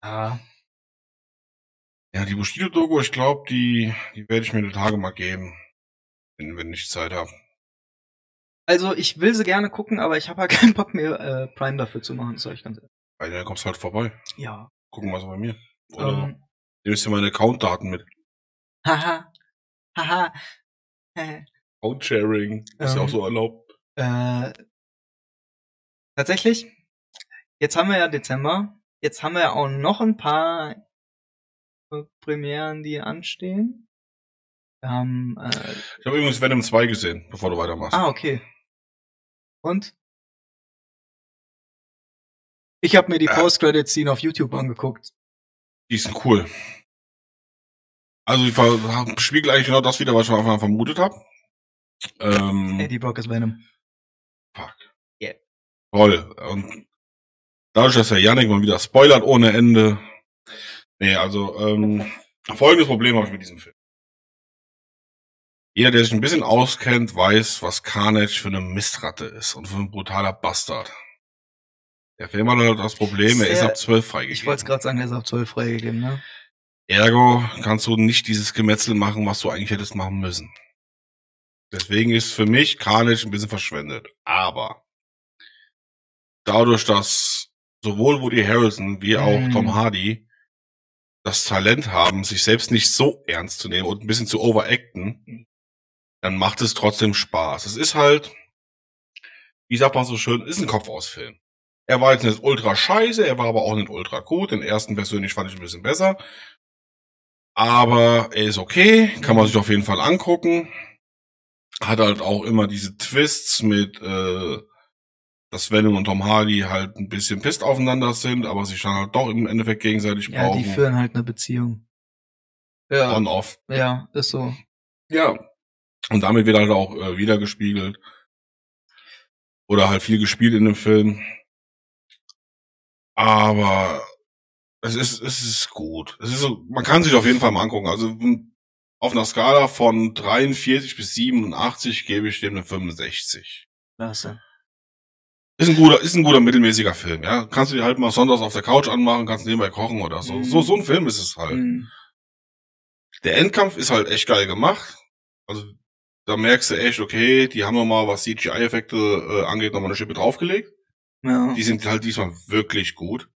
Speaker 2: Ah.
Speaker 1: Ja, die Bushido-Doku, ich glaube, die, die werde ich mir die Tage mal geben. Wenn, wenn ich Zeit habe.
Speaker 2: Also ich will sie gerne gucken, aber ich habe halt (laughs) keinen Bock mehr, äh, Prime dafür zu machen, sag ich ganz ehrlich.
Speaker 1: Weil dann kommst du halt vorbei.
Speaker 2: Ja.
Speaker 1: Gucken was bei mir. Oder so.
Speaker 2: Ähm,
Speaker 1: nimmst du meine Account-Daten mit.
Speaker 2: haha. Haha. Äh,
Speaker 1: Account-Sharing ist ja
Speaker 2: Ähm.
Speaker 1: auch so erlaubt.
Speaker 2: äh, tatsächlich, jetzt haben wir ja Dezember. Jetzt haben wir ja auch noch ein paar äh, Premieren, die anstehen. Wir haben äh,
Speaker 1: Ich habe übrigens Venom 2 gesehen, bevor du weitermachst.
Speaker 2: Ah, okay. Und? Ich habe mir die
Speaker 1: Äh.
Speaker 2: Post-Credit-Scene auf YouTube angeguckt.
Speaker 1: Die sind cool. Also ich ver- spiegel eigentlich genau das wieder, was ich am Anfang vermutet habe. Ähm,
Speaker 2: Eddie Brock ist Venom.
Speaker 1: Fuck.
Speaker 2: Yeah.
Speaker 1: Toll. Und dadurch, dass der Yannick mal wieder spoilert ohne Ende. Nee, also ähm, folgendes Problem habe ich mit diesem Film. Jeder, der sich ein bisschen auskennt, weiß, was Carnage für eine Mistratte ist und für ein brutaler Bastard. Der Film hat halt das Problem, er ist
Speaker 2: Sehr-
Speaker 1: ab 12
Speaker 2: Ich
Speaker 1: freigegeben.
Speaker 2: wollte es gerade sagen, der ist auf 12 freigegeben, ne?
Speaker 1: Ergo kannst du nicht dieses Gemetzel machen, was du eigentlich hättest machen müssen. Deswegen ist für mich Carnage ein bisschen verschwendet. Aber dadurch, dass sowohl Woody Harrelson wie auch
Speaker 2: Mm.
Speaker 1: Tom Hardy das Talent haben, sich selbst nicht so ernst zu nehmen und ein bisschen zu overacten, dann macht es trotzdem Spaß. Es ist halt, wie sagt man so schön, ist ein Kopf-Aus-Film. Er war jetzt nicht ultra scheiße, er war aber auch nicht ultra gut. Den ersten persönlich fand ich ein bisschen besser. Aber er ist okay, kann man sich auf jeden Fall angucken. Hat halt auch immer diese Twists mit, äh, dass Venom und Tom Hardy halt ein bisschen pisst aufeinander sind, aber sich dann halt doch im Endeffekt gegenseitig
Speaker 2: Ja, die
Speaker 1: brauchen.
Speaker 2: führen halt eine Beziehung. Ja,
Speaker 1: On-off.
Speaker 2: ja, ist so.
Speaker 1: Ja. Und damit wird halt auch äh, wieder gespiegelt. Oder halt viel gespielt in dem Film. Aber es ist, es ist gut. Es ist so, man kann sich auf jeden Fall mal angucken. Also m, Auf einer Skala von 43 bis 87 gebe ich dem eine 65.
Speaker 2: Klasse.
Speaker 1: Ist ein guter, ist ein guter mittelmäßiger Film, ja. Kannst du dir halt mal sonntags auf der Couch anmachen, kannst nebenbei kochen oder so.
Speaker 2: Mhm.
Speaker 1: So, so ein Film ist es halt.
Speaker 2: Mhm.
Speaker 1: Der Endkampf ist halt echt geil gemacht. Also, da merkst du echt, okay, die haben nochmal, was CGI-Effekte äh, angeht, nochmal eine Schippe draufgelegt.
Speaker 2: Ja.
Speaker 1: Die sind halt diesmal wirklich gut.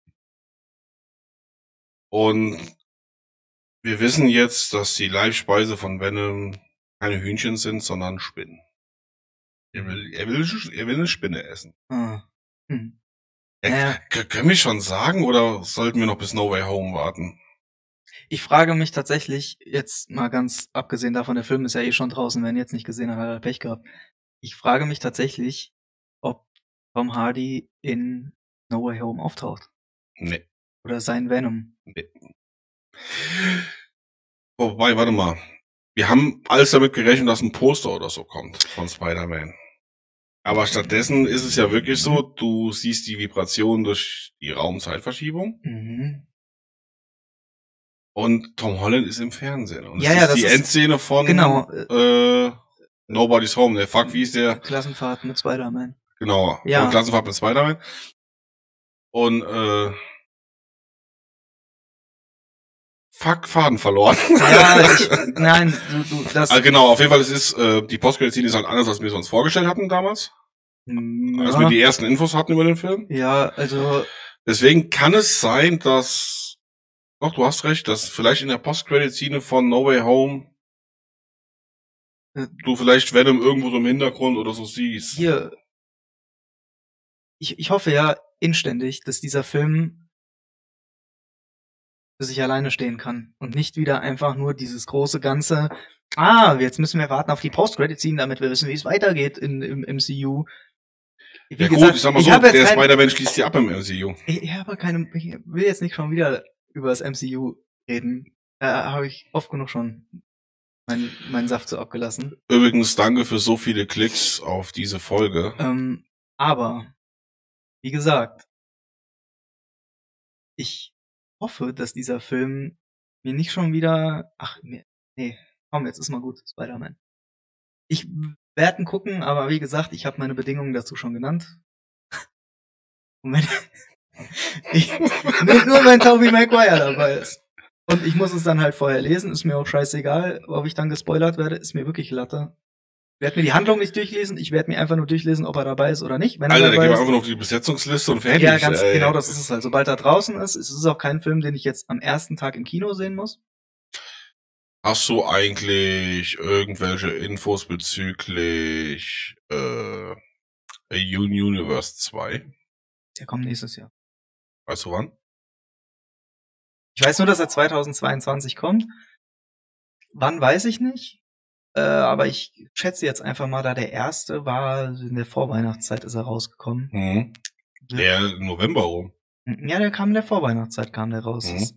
Speaker 1: Und wir wissen jetzt, dass die Leibspeise von Venom keine Hühnchen sind, sondern Spinnen. Er will, er will, er will eine Spinne essen.
Speaker 2: Ah. Hm.
Speaker 1: Äh,
Speaker 2: Naja,
Speaker 1: K können wir schon sagen oder sollten wir noch bis No Way Home warten?
Speaker 2: ich frage mich tatsächlich, jetzt mal ganz abgesehen davon, der Film ist ja eh schon draußen, wenn jetzt nicht gesehen hat, hat er Pech gehabt. Ich frage mich tatsächlich, ob Tom Hardy in No Way Home auftaucht.
Speaker 1: Nee.
Speaker 2: Oder sein Venom.
Speaker 1: Wobei, Oh, warte mal. Wir haben alles damit gerechnet, dass ein Poster oder so kommt von Spider-Man. Aber stattdessen ist es ja wirklich so, du siehst die Vibration durch die Raumzeitverschiebung
Speaker 2: Mhm.
Speaker 1: und Tom Holland ist im Fernsehen. Und
Speaker 2: Ja,
Speaker 1: es
Speaker 2: ja,
Speaker 1: ist
Speaker 2: das
Speaker 1: die
Speaker 2: ist-
Speaker 1: Endszene von
Speaker 2: Genau, äh,
Speaker 1: äh, Nobody's Home. Der Fuck, wie ist der?
Speaker 2: Klassenfahrt mit Spider-Man.
Speaker 1: Genau,
Speaker 2: Ja.
Speaker 1: von Klassenfahrt mit Spider-Man. Und äh, Fuck, Faden
Speaker 2: (laughs)
Speaker 1: verloren.
Speaker 2: Ja, ich, nein, du, du, das.
Speaker 1: Ah, genau, auf jeden Fall, es ist, äh, die Postcredit-Szene ist halt anders, als wir es uns vorgestellt hatten damals. Als wir
Speaker 2: Ja,
Speaker 1: die ersten Infos hatten über den Film.
Speaker 2: ja, also,
Speaker 1: Deswegen kann es sein, dass, doch, du hast recht, dass vielleicht in der Postcredit-Szene von No Way Home
Speaker 2: Äh.
Speaker 1: du vielleicht Venom irgendwo so im Hintergrund oder so siehst.
Speaker 2: hier. Ich, ich hoffe ja inständig, dass dieser Film für sich alleine stehen kann und nicht wieder einfach nur dieses große ganze, ah, jetzt müssen wir warten auf die Post-Credit ziehen, damit wir wissen, wie es weitergeht in, im MCU. Wie
Speaker 1: ja gut, ich sag mal so,
Speaker 2: habe jetzt
Speaker 1: der
Speaker 2: kein-
Speaker 1: Spider-Man schließt die ab im MCU.
Speaker 2: Ich, ich habe keine, ich will jetzt nicht schon wieder über das MCU reden. Da habe ich oft genug schon meinen, meinen Saft so abgelassen.
Speaker 1: Übrigens, danke für so viele Klicks auf diese Folge.
Speaker 2: Ähm, aber, wie gesagt, ich hoffe, dass dieser Film mir nicht schon wieder, ach, nee, nee komm, jetzt ist mal gut, Spider-Man. Ich werde ihn gucken, aber wie gesagt, ich habe meine Bedingungen dazu schon genannt. Und wenn, (laughs) ich, wenn nur mein Tobey Maguire dabei ist. Und ich muss es dann halt vorher lesen, ist mir auch scheißegal, ob ich dann gespoilert werde, ist mir wirklich Latte. Ich werde mir die Handlung nicht durchlesen, ich werde mir einfach nur durchlesen, ob er dabei ist oder nicht. Wenn er
Speaker 1: Alter, da
Speaker 2: dabei
Speaker 1: gehen wir
Speaker 2: ist,
Speaker 1: einfach noch die Besetzungsliste und fertig.
Speaker 2: ja, ganz
Speaker 1: ey.
Speaker 2: genau, das ist es halt. Sobald er draußen ist, ist es auch kein Film, den ich jetzt am ersten Tag im Kino sehen muss.
Speaker 1: Hast du eigentlich irgendwelche Infos bezüglich äh, A New Universe 2?
Speaker 2: Der kommt nächstes Jahr.
Speaker 1: Weißt du wann?
Speaker 2: Ich weiß nur, dass er 2022 kommt. Wann weiß ich nicht. Äh, aber ich schätze jetzt einfach mal, da der erste war, in der Vorweihnachtszeit ist er rausgekommen.
Speaker 1: Mhm. Der im November rum.
Speaker 2: Ja, der kam in der Vorweihnachtszeit, kam der raus.
Speaker 1: Mhm.
Speaker 2: Das-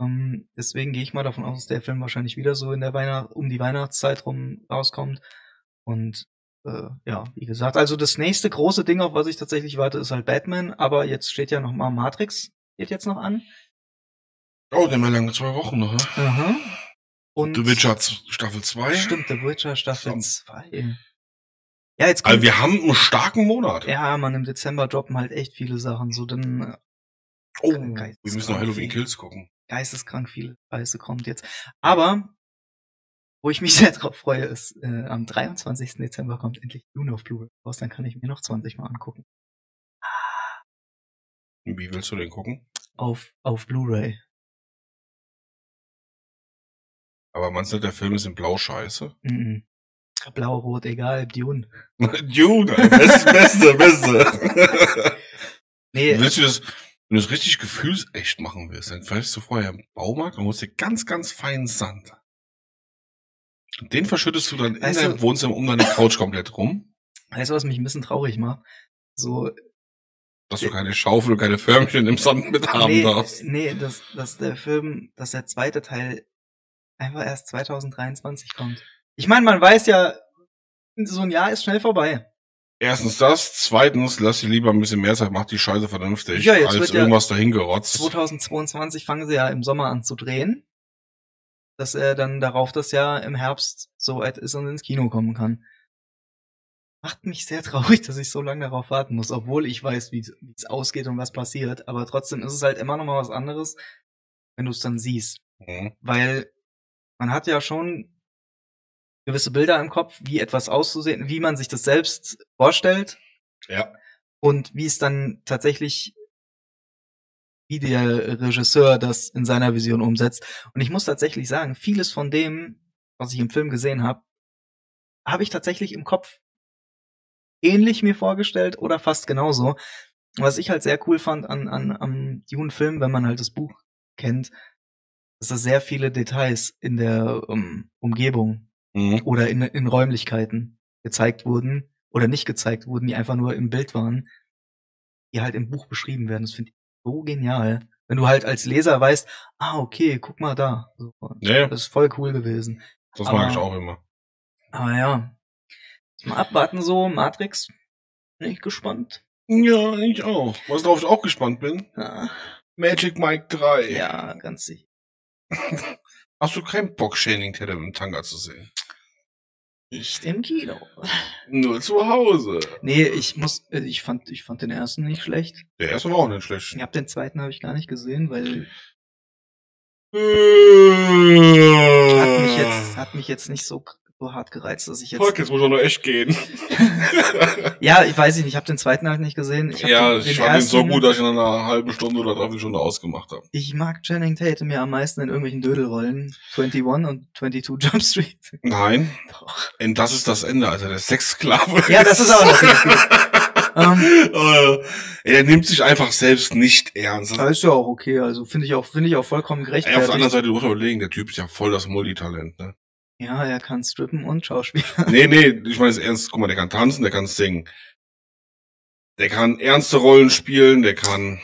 Speaker 2: Ähm, deswegen gehe ich mal davon aus, dass der Film wahrscheinlich wieder so in der Weihnacht um die Weihnachtszeit rum rauskommt. Und äh, ja, wie gesagt, also das nächste große Ding, auf was ich tatsächlich warte, ist halt Batman. Aber jetzt steht ja noch mal Matrix, geht jetzt noch an.
Speaker 1: Oh, der mal lange zwei Wochen noch, ne?
Speaker 2: Und
Speaker 1: The Witcher Z- Staffel 2.
Speaker 2: Stimmt, The Witcher Staffel
Speaker 1: Stimmt.
Speaker 2: 2. Ja, jetzt
Speaker 1: Also
Speaker 2: kommt,
Speaker 1: wir haben einen starken Monat.
Speaker 2: ja, man, im Dezember droppen halt echt viele Sachen. So dann äh,
Speaker 1: Oh,
Speaker 2: Geil.
Speaker 1: wir müssen noch Halloween Kills gucken.
Speaker 2: geisteskrank viel Scheiße kommt jetzt. Aber wo ich mich (laughs) sehr drauf freue, ist, äh, am 23. Dezember kommt endlich Dune auf Blu-ray raus, dann kann ich mir noch 20 Mal angucken.
Speaker 1: Wie willst du den gucken?
Speaker 2: Auf, auf Blu-ray.
Speaker 1: Aber meinst du, der Film ist in Blau scheiße?
Speaker 2: Mhm. Blau, rot, egal, Dune.
Speaker 1: (laughs) Junge, beste, beste, (laughs) beste.
Speaker 2: Nee,
Speaker 1: Willst du das, wenn du es richtig gefühlsecht machen willst, dann fährst du vorher im Baumarkt und holst dir ganz, ganz feinen Sand. Und Den verschüttest du dann
Speaker 2: Weißt
Speaker 1: in
Speaker 2: du-
Speaker 1: deinem Wohnzimmer um deine Couch komplett rum,
Speaker 2: weißt du, was mich ein bisschen traurig macht? So,
Speaker 1: dass du keine Schaufel und keine Förmchen im Sand mit haben
Speaker 2: nee,
Speaker 1: darfst.
Speaker 2: nee, dass, dass der Film, dass der zweite Teil einfach erst 2023 kommt. Ich meine, man weiß ja, so ein Jahr ist schnell vorbei.
Speaker 1: Erstens das, zweitens lass dir lieber ein bisschen mehr Zeit, mach die Scheiße vernünftig,
Speaker 2: Ja, jetzt
Speaker 1: als
Speaker 2: wird ja-
Speaker 1: irgendwas dahin gerotzt.
Speaker 2: 2022 fangen sie ja im Sommer an zu drehen. dass er dann darauf das Jahr im Herbst so weit ist und ins Kino kommen kann. Macht mich sehr traurig, dass ich so lange darauf warten muss, obwohl ich weiß, wie es ausgeht und was passiert. Aber trotzdem ist es halt immer noch mal was anderes, wenn du es dann siehst.
Speaker 1: Mhm.
Speaker 2: Weil man hat ja schon gewisse Bilder im Kopf, wie etwas auszusehen, wie man sich das selbst vorstellt
Speaker 1: Ja.
Speaker 2: und wie es dann tatsächlich, wie der Regisseur das in seiner Vision umsetzt. Und ich muss tatsächlich sagen, vieles von dem, was ich im Film gesehen habe, habe ich tatsächlich im Kopf ähnlich mir vorgestellt oder fast genauso. Was ich halt sehr cool fand an, an, am Dune-Film, wenn man halt das Buch kennt, dass da sehr viele Details in der ähm, Umgebung
Speaker 1: Mhm.
Speaker 2: oder in, in Räumlichkeiten gezeigt wurden oder nicht gezeigt wurden, die einfach nur im Bild waren, die halt im Buch beschrieben werden. Das finde ich so genial. Wenn du halt als Leser weißt, ah, okay, guck mal da. So,
Speaker 1: Ja, ja,
Speaker 2: das ist voll cool gewesen.
Speaker 1: das
Speaker 2: aber-
Speaker 1: mag ich auch immer.
Speaker 2: Aber ja. Mal abwarten so, Matrix. Bin ich gespannt.
Speaker 1: Ja, ich auch. Was drauf ich auch gespannt bin?
Speaker 2: Ja,
Speaker 1: Magic Mike 3.
Speaker 2: Ah, ja ganz sicher.
Speaker 1: Hast du keinen Bock, Shining Tatum im Tanga zu sehen?
Speaker 2: Nicht im Kino.
Speaker 1: Nur zu Hause.
Speaker 2: Nee, ich muss, äh, ich fand, ich fand den ersten nicht schlecht.
Speaker 1: Der erste war auch nicht schlecht.
Speaker 2: Ich hab den zweiten habe ich gar nicht gesehen, weil
Speaker 1: Äh.
Speaker 2: hat mich jetzt, hat mich jetzt nicht so, so hart gereizt, dass ich jetzt
Speaker 1: Fuck, jetzt muss ich auch noch echt gehen.
Speaker 2: Ja, ich weiß nicht, ich habe den zweiten halt nicht gesehen. Ich hab
Speaker 1: ja,
Speaker 2: den,
Speaker 1: ich
Speaker 2: den
Speaker 1: fand ihn
Speaker 2: ersten,
Speaker 1: so gut, dass ich in einer halben Stunde oder dreiviertel Stunde ausgemacht habe.
Speaker 2: Ich mag Channing Tatum ja am meisten in irgendwelchen Dödelrollen. 21 und 22 (laughs) Jump Street.
Speaker 1: Nein,
Speaker 2: Doch.
Speaker 1: und das ist das Ende, also der Sexsklave.
Speaker 2: Ja, das ist aber das nicht gut. Ähm,
Speaker 1: (laughs) Äh, er nimmt sich einfach selbst nicht ernst. Das-
Speaker 2: aber ist ja auch okay, also finde ich auch, finde ich auch vollkommen
Speaker 1: Ey, auf der anderen
Speaker 2: gerechtfertigt.
Speaker 1: Seite, du musst überlegen, der Typ ist ja voll das Multitalent, ne? (laughs)
Speaker 2: Ja, er kann strippen und Schauspiel.
Speaker 1: Nee, nee, ich meine es ernst. Guck mal, der kann tanzen, der kann singen. Der kann ernste Rollen spielen, der kann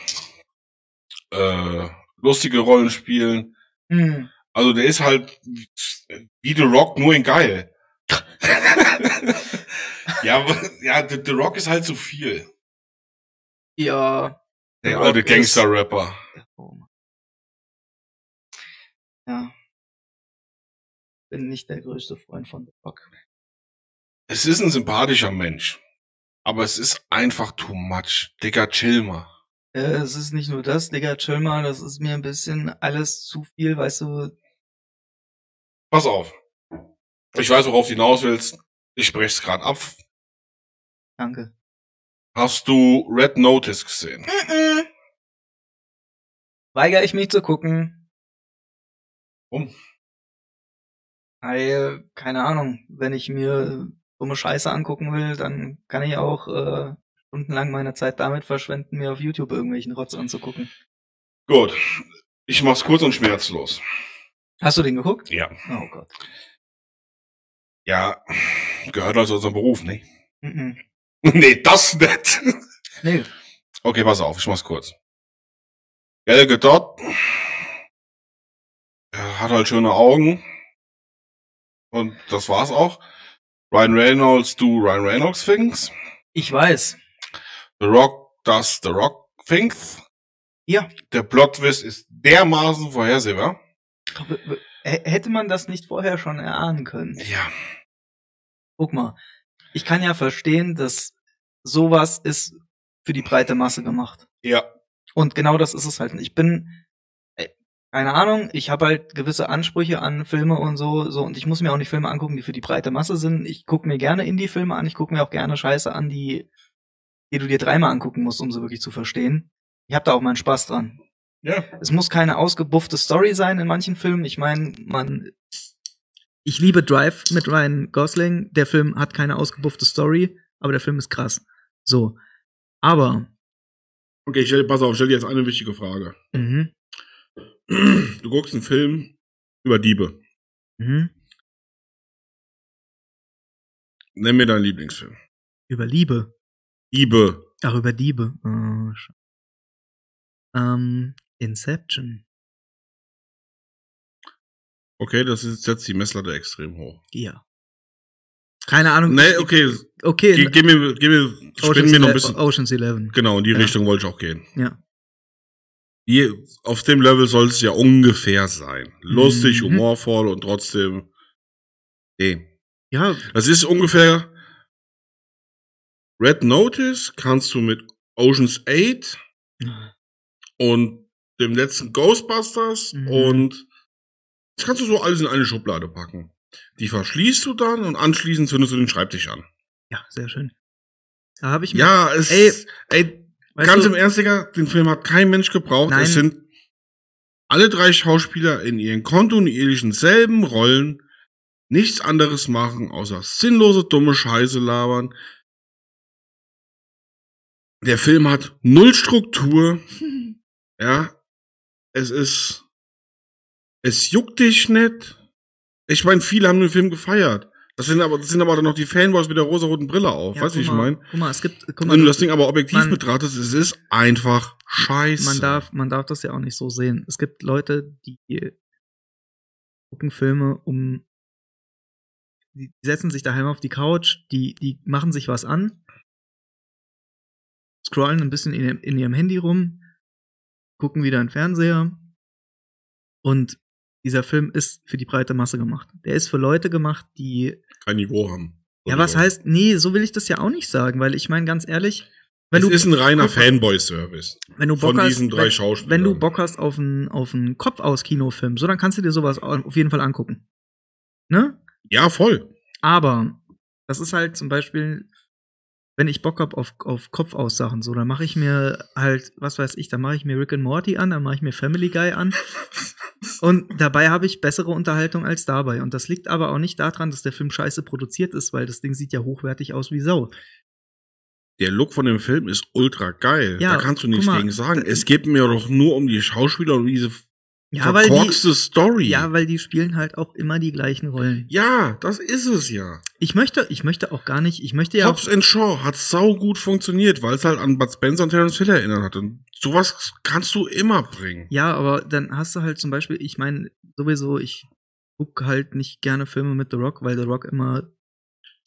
Speaker 1: äh, lustige Rollen spielen.
Speaker 2: (laughs) Hm.
Speaker 1: Also der ist halt wie The Rock, nur in
Speaker 2: (laughs)
Speaker 1: geil. (laughs) ja, (laughs) aber, ja, The, The Rock ist halt zu viel.
Speaker 2: Ja. The
Speaker 1: Der
Speaker 2: Rock
Speaker 1: alte
Speaker 2: ist-
Speaker 1: Gangster-Rapper.
Speaker 2: Oh Mann. Ja. Bin nicht der größte Freund von The Rock.
Speaker 1: Es ist ein sympathischer Mensch. Aber es ist einfach too much. Digga, chill mal.
Speaker 2: Äh, es ist nicht nur das, Digga, chill mal, das ist mir ein bisschen alles zu viel, weißt du.
Speaker 1: Pass auf. Ich weiß, worauf du hinaus willst. Ich spreche es gerade ab.
Speaker 2: Danke.
Speaker 1: Hast du Red Notice gesehen?
Speaker 2: Weigere ich mich zu gucken.
Speaker 1: Warum?
Speaker 2: Weil, keine Ahnung, wenn ich mir äh, dumme Scheiße angucken will, dann kann ich auch äh, stundenlang meine Zeit damit verschwenden, mir auf YouTube irgendwelchen Rotz anzugucken.
Speaker 1: Gut. Ich mach's kurz und schmerzlos.
Speaker 2: Hast du den geguckt?
Speaker 1: Ja.
Speaker 2: Oh Gott.
Speaker 1: Ja, gehört also unserem Beruf, ne?
Speaker 2: Mhm.
Speaker 1: (laughs) nee, das nicht.
Speaker 2: Nee.
Speaker 1: Okay, pass auf, ich mach's kurz. Gal Gadot er hat halt schöne Augen. Und das war's auch. Ryan Reynolds, du Ryan Reynolds things.
Speaker 2: Ich weiß.
Speaker 1: The Rock does The Rock things.
Speaker 2: Ja.
Speaker 1: Der Plot-Twist ist dermaßen vorhersehbar.
Speaker 2: W- w- h- Hätte man das nicht vorher schon erahnen können?
Speaker 1: Ja.
Speaker 2: guck mal, ich kann ja verstehen, dass sowas ist für die breite Masse gemacht.
Speaker 1: Ja.
Speaker 2: Und genau das ist es halt. Ich bin, äh, keine Ahnung, ich habe halt gewisse Ansprüche an Filme und so, so, und ich muss mir auch nicht Filme angucken, die für die breite Masse sind. Ich gucke mir gerne Indie-Filme an, ich gucke mir auch gerne Scheiße an, die, die du dir dreimal angucken musst, um sie wirklich zu verstehen. Ich habe da auch meinen Spaß dran.
Speaker 1: Ja.
Speaker 2: Es muss keine ausgebuffte Story sein in manchen Filmen. Ich meine, man. Ich liebe Drive mit Ryan Gosling. Der Film hat keine ausgebuffte Story, aber der Film ist krass. So. Aber.
Speaker 1: Okay, ich stell, pass auf, ich stell dir jetzt eine wichtige Frage.
Speaker 2: Mhm.
Speaker 1: Du guckst einen Film über Diebe.
Speaker 2: Mhm.
Speaker 1: Nenn mir deinen Lieblingsfilm.
Speaker 2: Über Liebe.
Speaker 1: Diebe.
Speaker 2: Ach, über Diebe. Oh, sch- ähm, Inception.
Speaker 1: Okay, das ist jetzt die Messlatte extrem hoch.
Speaker 2: Ja. Keine Ahnung.
Speaker 1: Nee,
Speaker 2: ich-
Speaker 1: okay,
Speaker 2: Okay.
Speaker 1: geh, geh mir, geh mir, spinn mir noch ein bisschen.
Speaker 2: Ocean's Eleven.
Speaker 1: Genau, in die
Speaker 2: Ja.
Speaker 1: Richtung wollte ich auch gehen.
Speaker 2: Ja.
Speaker 1: Ihr, auf dem Level soll es ja ungefähr sein. Lustig,
Speaker 3: Mhm.
Speaker 1: humorvoll und trotzdem. Nee.
Speaker 2: Ja,
Speaker 1: Das ist ungefähr. Red Notice kannst du mit Oceans 8 und dem letzten Ghostbusters
Speaker 3: Mhm.
Speaker 1: und das kannst du so alles in eine Schublade packen. Die verschließt du dann und anschließend zündest du den Schreibtisch an.
Speaker 2: ja, sehr schön. Da habe ich mir,
Speaker 1: Ja, es,
Speaker 2: Ey,
Speaker 1: ey,
Speaker 2: weißt
Speaker 1: ganz
Speaker 2: du,
Speaker 1: im Ernst, Digga, den Film hat kein Mensch gebraucht.
Speaker 2: Nein.
Speaker 1: Es sind alle drei Schauspieler in ihren kontinuierlichen selben Rollen nichts anderes machen, außer sinnlose, dumme Scheiße labern. Der Film hat null Struktur.
Speaker 2: (laughs)
Speaker 1: ja, es ist, es juckt dich nicht. Ich meine, viele haben den Film gefeiert. Das sind aber, das sind aber dann noch die Fanboys mit der rosa-roten Brille auf.
Speaker 2: ja,
Speaker 1: weißt du,
Speaker 2: guck
Speaker 1: wie ich
Speaker 2: mal,
Speaker 1: meine?
Speaker 2: Guck mal, es gibt, guck mal,
Speaker 1: Wenn du das Ding aber objektiv
Speaker 2: Mhm. man-
Speaker 1: betrachtest, es ist einfach scheiße.
Speaker 2: man darf, man darf das ja auch nicht so sehen. Es gibt Leute, die gucken Filme um, die setzen sich daheim auf die Couch, die, die machen sich was an, scrollen ein bisschen in, ihrem- in ihrem Handy rum, gucken wieder einen Fernseher und dieser Film ist für die breite Masse gemacht. Der ist für Leute gemacht, die
Speaker 1: kein Niveau haben.
Speaker 2: Ja, was heißt, nee, so will ich das ja auch nicht sagen, weil ich meine ganz ehrlich, wenn
Speaker 1: Wenn es
Speaker 2: du,
Speaker 1: ist ein reiner
Speaker 2: guck mal,
Speaker 1: Fanboy-Service
Speaker 2: wenn du Bock
Speaker 1: von
Speaker 2: hast,
Speaker 1: diesen drei
Speaker 2: wenn,
Speaker 1: Schauspielern.
Speaker 2: wenn du Bock hast auf einen auf einen Kopf aus Kinofilm, so dann kannst du dir sowas au- auf jeden Fall angucken. Ne?
Speaker 1: Ja, voll.
Speaker 2: Aber das ist halt zum Beispiel, wenn ich Bock hab auf, auf Kopf aus Sachen, so dann mache ich mir halt, was weiß ich, dann mache ich mir Rick and Morty an, dann mache ich mir Family Guy an und dabei habe ich bessere Unterhaltung als dabei und das liegt aber auch nicht daran, dass der Film scheiße produziert ist, weil das Ding sieht ja hochwertig aus wie Sau.
Speaker 1: Der Look von dem Film ist ultra geil.
Speaker 2: Ja,
Speaker 1: da kannst du
Speaker 2: guck
Speaker 1: nichts
Speaker 2: mal,
Speaker 1: gegen sagen.
Speaker 2: da-
Speaker 1: Es geht mir doch nur um die Schauspieler und diese
Speaker 2: Ja, weil die,
Speaker 1: verkorkste Story.
Speaker 2: ja, weil die spielen halt auch immer die gleichen Rollen.
Speaker 1: Ja, das ist es ja.
Speaker 2: Ich möchte, ich möchte auch gar nicht, ich möchte ja
Speaker 1: Hobbs
Speaker 2: auch,
Speaker 1: and Shaw hat sau gut funktioniert, weil es halt an Bud Spencer und Terence Hill erinnert hat. Und sowas kannst du immer bringen.
Speaker 2: ja, aber dann hast du halt zum Beispiel, ich meine, sowieso, ich guck halt nicht gerne Filme mit The Rock, weil The Rock immer,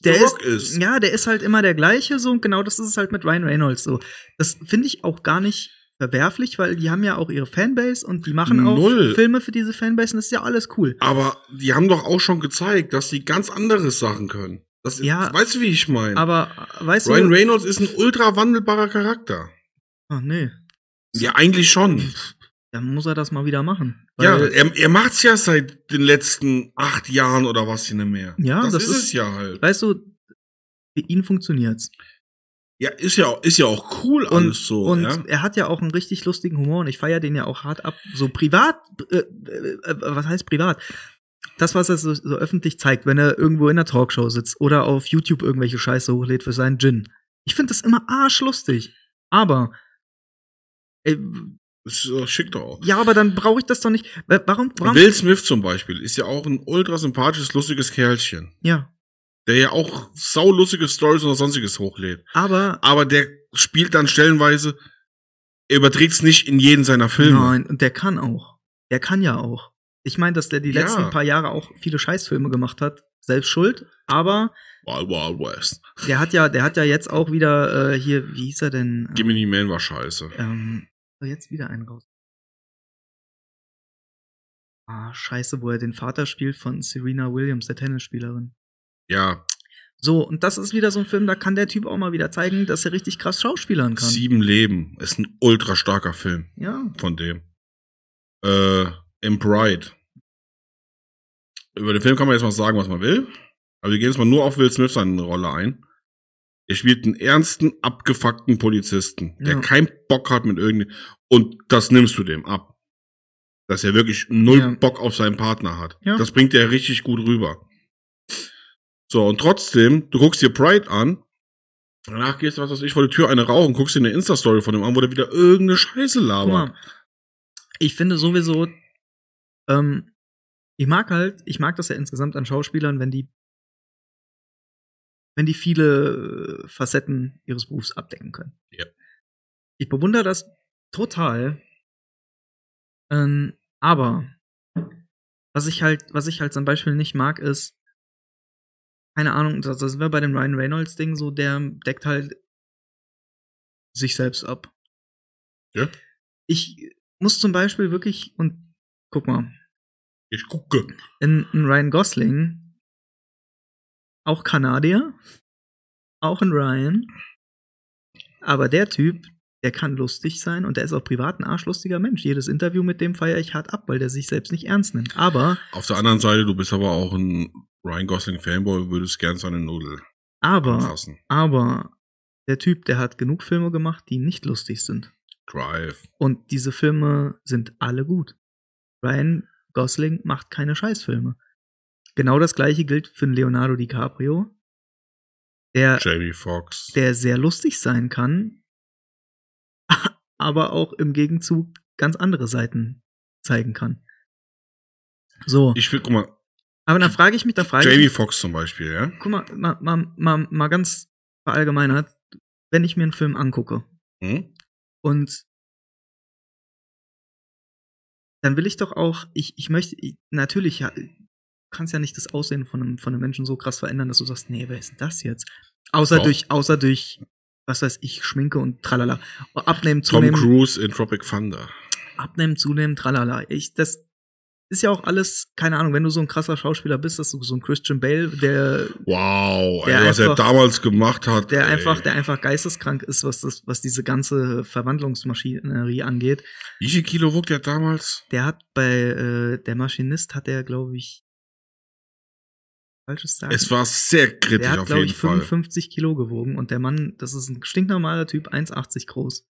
Speaker 2: der
Speaker 1: The Rock
Speaker 2: ist,
Speaker 1: ist.
Speaker 2: ja, der ist halt immer der gleiche, so, und genau das ist es halt mit Ryan Reynolds, so. Das finde ich auch gar nicht verwerflich, weil die haben ja auch ihre Fanbase und die machen
Speaker 1: Null.
Speaker 2: auch Filme für diese Fanbase und das ist ja alles cool.
Speaker 1: Aber die haben doch auch schon gezeigt, dass die ganz andere Sachen können. Das,
Speaker 2: Ja.
Speaker 1: weißt du, wie ich meine?
Speaker 2: Aber, äh, weißt
Speaker 1: Ryan
Speaker 2: du,
Speaker 1: Reynolds ist ein ultra wandelbarer Charakter.
Speaker 2: ach nee,
Speaker 1: Ja, eigentlich schon.
Speaker 2: dann muss er das mal wieder machen.
Speaker 1: Ja,
Speaker 2: Weil-
Speaker 1: er, er macht's ja seit den letzten acht Jahren oder was hier nicht mehr.
Speaker 2: Ja,
Speaker 1: das,
Speaker 2: das
Speaker 1: ist,
Speaker 2: ist-
Speaker 1: es ja halt.
Speaker 2: weißt du, für ihn funktioniert's.
Speaker 1: Ja, ist ja, auch- ist ja auch cool
Speaker 2: Und,
Speaker 1: alles so.
Speaker 2: und
Speaker 1: ja?
Speaker 2: er hat ja auch einen richtig lustigen Humor und ich feiere den ja auch hart ab. So privat, äh, äh, äh, was heißt privat? Das, was er so, so öffentlich zeigt, wenn er irgendwo in der Talkshow sitzt oder auf YouTube irgendwelche Scheiße hochlädt für seinen Gin. Ich finde das immer arschlustig. Aber, äh,
Speaker 1: Das ist doch schick doch auch.
Speaker 2: ja, aber dann brauche ich das doch nicht. Wa- Warum, warum?
Speaker 1: Will Smith zum Beispiel ist ja auch ein ultra sympathisches, lustiges Kerlchen,
Speaker 2: Ja,
Speaker 1: der ja auch saulustige Stories und sonstiges hochlädt.
Speaker 2: aber,
Speaker 1: aber der spielt dann stellenweise, er überträgt's nicht in jeden seiner Filme.
Speaker 2: nein, und der kann auch. Der kann ja auch. Ich meine, dass der die
Speaker 1: Ja.
Speaker 2: letzten paar Jahre auch viele Scheißfilme gemacht hat. Selbst schuld, aber
Speaker 1: Wild Wild West.
Speaker 2: Der hat ja, der hat ja jetzt auch wieder äh, hier, wie hieß er denn? Ähm,
Speaker 1: Jiminy Man war scheiße.
Speaker 2: ähm, so, jetzt wieder einen raus. Ah, scheiße, wo er den Vater spielt von Serena Williams, der Tennisspielerin.
Speaker 1: Ja,
Speaker 2: So, und das ist wieder so ein Film, da kann der Typ auch mal wieder zeigen, dass er richtig krass schauspielern kann.
Speaker 1: Sieben Leben ist ein ultra starker Film
Speaker 2: Ja.
Speaker 1: von dem. Äh, Im Bride. Über den Film kann man jetzt mal sagen, was man will. Aber wir gehen jetzt mal nur auf Will Smith seine Rolle ein. Er spielt einen ernsten, abgefuckten Polizisten, der
Speaker 2: Ja.
Speaker 1: keinen Bock hat mit irgendeinem. Und das nimmst du dem ab. Dass er wirklich null
Speaker 2: Ja.
Speaker 1: Bock auf seinen Partner hat.
Speaker 2: Ja.
Speaker 1: Das bringt er richtig gut rüber. So, und trotzdem, du guckst dir Pride an, danach gehst du, was weiß ich, vor die Tür eine rauchen, guckst dir eine Insta-Story von dem an, wo der wieder irgendeine Scheiße
Speaker 2: Guck
Speaker 1: labert.
Speaker 2: mal, ich finde sowieso, ähm, ich mag halt, ich mag das ja insgesamt an Schauspielern, wenn die, wenn die viele äh, Facetten ihres Berufs abdecken können.
Speaker 1: Ja.
Speaker 2: Ich bewundere das total. Ähm, aber was ich halt, was ich halt zum Beispiel nicht mag, ist, keine Ahnung, das, das sind wir bei dem Ryan Reynolds Ding so, der deckt halt sich selbst ab.
Speaker 1: Ja.
Speaker 2: Ich muss zum Beispiel wirklich, und guck mal,
Speaker 1: Ich gucke.
Speaker 2: ein, ein Ryan Gosling, auch Kanadier, auch ein Ryan, aber der Typ, der kann lustig sein und der ist auch privat ein arschlustiger Mensch. Jedes Interview mit dem feiere ich hart ab, weil der sich selbst nicht ernst nimmt. Aber,
Speaker 1: Auf der anderen Seite, du bist aber auch ein Ryan Gosling Fanboy und würdest gern so eine Nudel
Speaker 2: aber,
Speaker 1: anfassen.
Speaker 2: aber, der Typ, der hat genug Filme gemacht, die nicht lustig sind.
Speaker 1: Drive.
Speaker 2: Und diese Filme sind alle gut. Ryan Gosling macht keine Scheißfilme. Genau das gleiche gilt für einen Leonardo DiCaprio, der,
Speaker 1: Jamie Foxx.
Speaker 2: der sehr lustig sein kann, (laughs) aber auch im Gegenzug ganz andere Seiten zeigen kann. So,
Speaker 1: Ich will, guck mal,
Speaker 2: aber dann frage ich mich, dann frage ich
Speaker 1: Jamie
Speaker 2: mich,
Speaker 1: Foxx zum Beispiel, ja?
Speaker 2: guck mal, mal, mal, mal, mal ganz verallgemeinert, wenn ich mir einen Film angucke,
Speaker 1: Hm?
Speaker 2: Und dann will ich doch auch, ich, ich möchte, ich, natürlich, ja, du kannst ja nicht das Aussehen von einem, von einem Menschen so krass verändern, dass du sagst, nee, wer ist denn das jetzt? Außer
Speaker 1: Doch.
Speaker 2: durch, außer durch, was weiß ich, Schminke und tralala. Oh, Abnehmen,
Speaker 1: Tom
Speaker 2: zunehmen,
Speaker 1: Cruise in Tropic Thunder.
Speaker 2: abnehmen, zunehmen, tralala. Ich, das ist ja auch alles, keine Ahnung, wenn du so ein krasser Schauspieler bist, dass du so ein Christian Bale, der
Speaker 1: Wow,
Speaker 2: Der
Speaker 1: ey, was er
Speaker 2: einfach-
Speaker 1: damals gemacht hat.
Speaker 2: der
Speaker 1: ey.
Speaker 2: einfach, der einfach geisteskrank ist, was das, was diese ganze Verwandlungsmaschinerie angeht.
Speaker 1: Wie viel Kilo wog der damals?
Speaker 2: Der hat bei äh, der Maschinist hat er, glaube ich, falsches sagen.
Speaker 1: Es war sehr kritisch
Speaker 2: der hat,
Speaker 1: auf
Speaker 2: glaube
Speaker 1: jeden
Speaker 2: ich,
Speaker 1: Fall.
Speaker 2: 55 Kilo gewogen und der Mann, das ist ein stinknormaler Typ, 1,80 groß.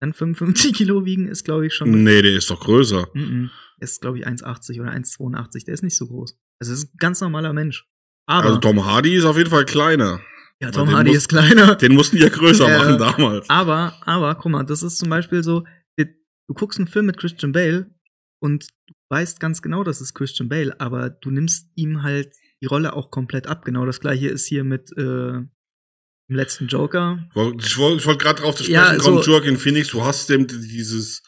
Speaker 2: Dann 55 (laughs) Kilo wiegen ist, glaube ich, schon.
Speaker 1: Nee, der ist doch größer.
Speaker 2: Mhm. Ist, glaube ich, 1,80 oder 1,82. Der ist nicht so groß. Also das ist ein ganz normaler Mensch. Aber
Speaker 1: also Tom Hardy ist auf jeden Fall kleiner.
Speaker 2: ja, Tom
Speaker 1: den
Speaker 2: Hardy
Speaker 1: muss-
Speaker 2: ist kleiner.
Speaker 1: Den mussten die ja größer
Speaker 2: Ja.
Speaker 1: machen damals.
Speaker 2: Aber, aber, guck mal, das ist zum Beispiel so, du guckst einen Film mit Christian Bale und du weißt ganz genau, das ist Christian Bale, aber du nimmst ihm halt die Rolle auch komplett ab. Genau das gleiche ist hier mit äh, dem letzten Joker.
Speaker 1: Ich wollte wollt gerade drauf zu sprechen
Speaker 2: Ja, also
Speaker 1: kommen,
Speaker 2: so-
Speaker 1: Joaquin Phoenix, du hast dem dieses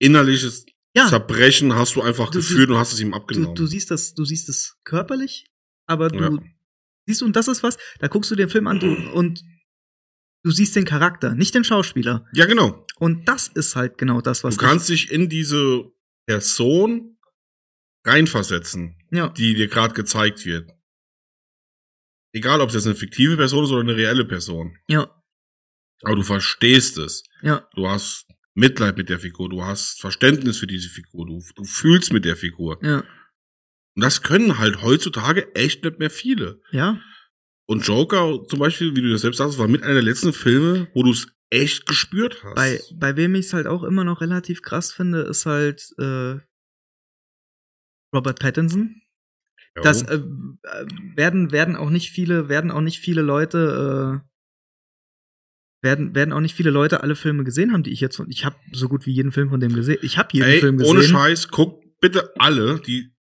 Speaker 1: innerliches
Speaker 2: Ja,
Speaker 1: Zerbrechen hast du einfach
Speaker 2: Du- du-
Speaker 1: gefühlt und hast es ihm
Speaker 2: du,
Speaker 1: abgenommen.
Speaker 2: du siehst das, du siehst das körperlich, aber du
Speaker 1: Genau. Ja.
Speaker 2: siehst du, und das ist was, da guckst du den Film an du, und du siehst den Charakter, nicht den Schauspieler.
Speaker 1: ja, genau.
Speaker 2: Und das ist halt genau das, was
Speaker 1: du kannst dich in diese Person reinversetzen,
Speaker 2: ich, ja,
Speaker 1: die dir gerade gezeigt wird. Egal, ob es jetzt eine fiktive Person ist oder eine reelle Person.
Speaker 2: ja,
Speaker 1: Aber du verstehst es.
Speaker 2: ja,
Speaker 1: Du hast Mitleid mit der Figur, du hast Verständnis für diese Figur, du, du fühlst mit der Figur.
Speaker 2: ja,
Speaker 1: Und das können halt heutzutage echt nicht mehr viele.
Speaker 2: ja,
Speaker 1: Und Joker zum Beispiel, wie du das selbst sagst, war mit einer der letzten Filme, wo du es echt gespürt hast.
Speaker 2: Bei, bei wem ich es halt auch immer noch relativ krass finde, ist halt äh, Robert Pattinson.
Speaker 1: Ja.
Speaker 2: Das äh, äh, werden, werden auch nicht viele, werden auch nicht viele Leute, äh, werden, werden auch nicht viele Leute alle Filme gesehen haben, die ich jetzt von. Ich habe so gut wie jeden Film von dem gesehen. Ich habe jeden
Speaker 1: Ey,
Speaker 2: Film gesehen.
Speaker 1: ohne Scheiß, guckt bitte alle, die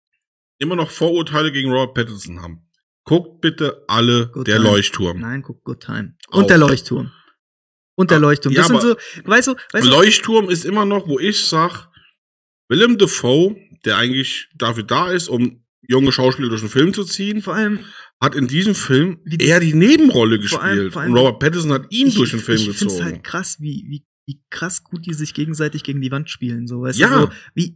Speaker 1: immer noch Vorurteile gegen Robert Pattinson haben. Guckt bitte alle
Speaker 2: Gut,
Speaker 1: der
Speaker 2: nein.
Speaker 1: Leuchtturm.
Speaker 2: Nein, guck, Good Time.
Speaker 1: Auch.
Speaker 2: Und der Leuchtturm. Und der
Speaker 1: Ah,
Speaker 2: Leuchtturm.
Speaker 1: ja,
Speaker 2: Das sind
Speaker 1: aber-
Speaker 2: so, weißt du, weißt du,
Speaker 1: Leuchtturm ist immer noch, wo ich sag, Willem Dafoe, der eigentlich dafür da ist, um junge Schauspieler durch den Film zu ziehen,
Speaker 2: vor allem,
Speaker 1: hat in diesem Film
Speaker 2: Wie-
Speaker 1: eher die Nebenrolle
Speaker 2: Vor allem-
Speaker 1: gespielt.
Speaker 2: vor allem-
Speaker 1: Und Robert Pattinson hat ihn durch den Film
Speaker 2: ich find's
Speaker 1: gezogen.
Speaker 2: halt krass, wie, wie, wie krass gut die sich gegenseitig gegen die Wand spielen, so, weißt
Speaker 1: Ja.
Speaker 2: du, so, wie,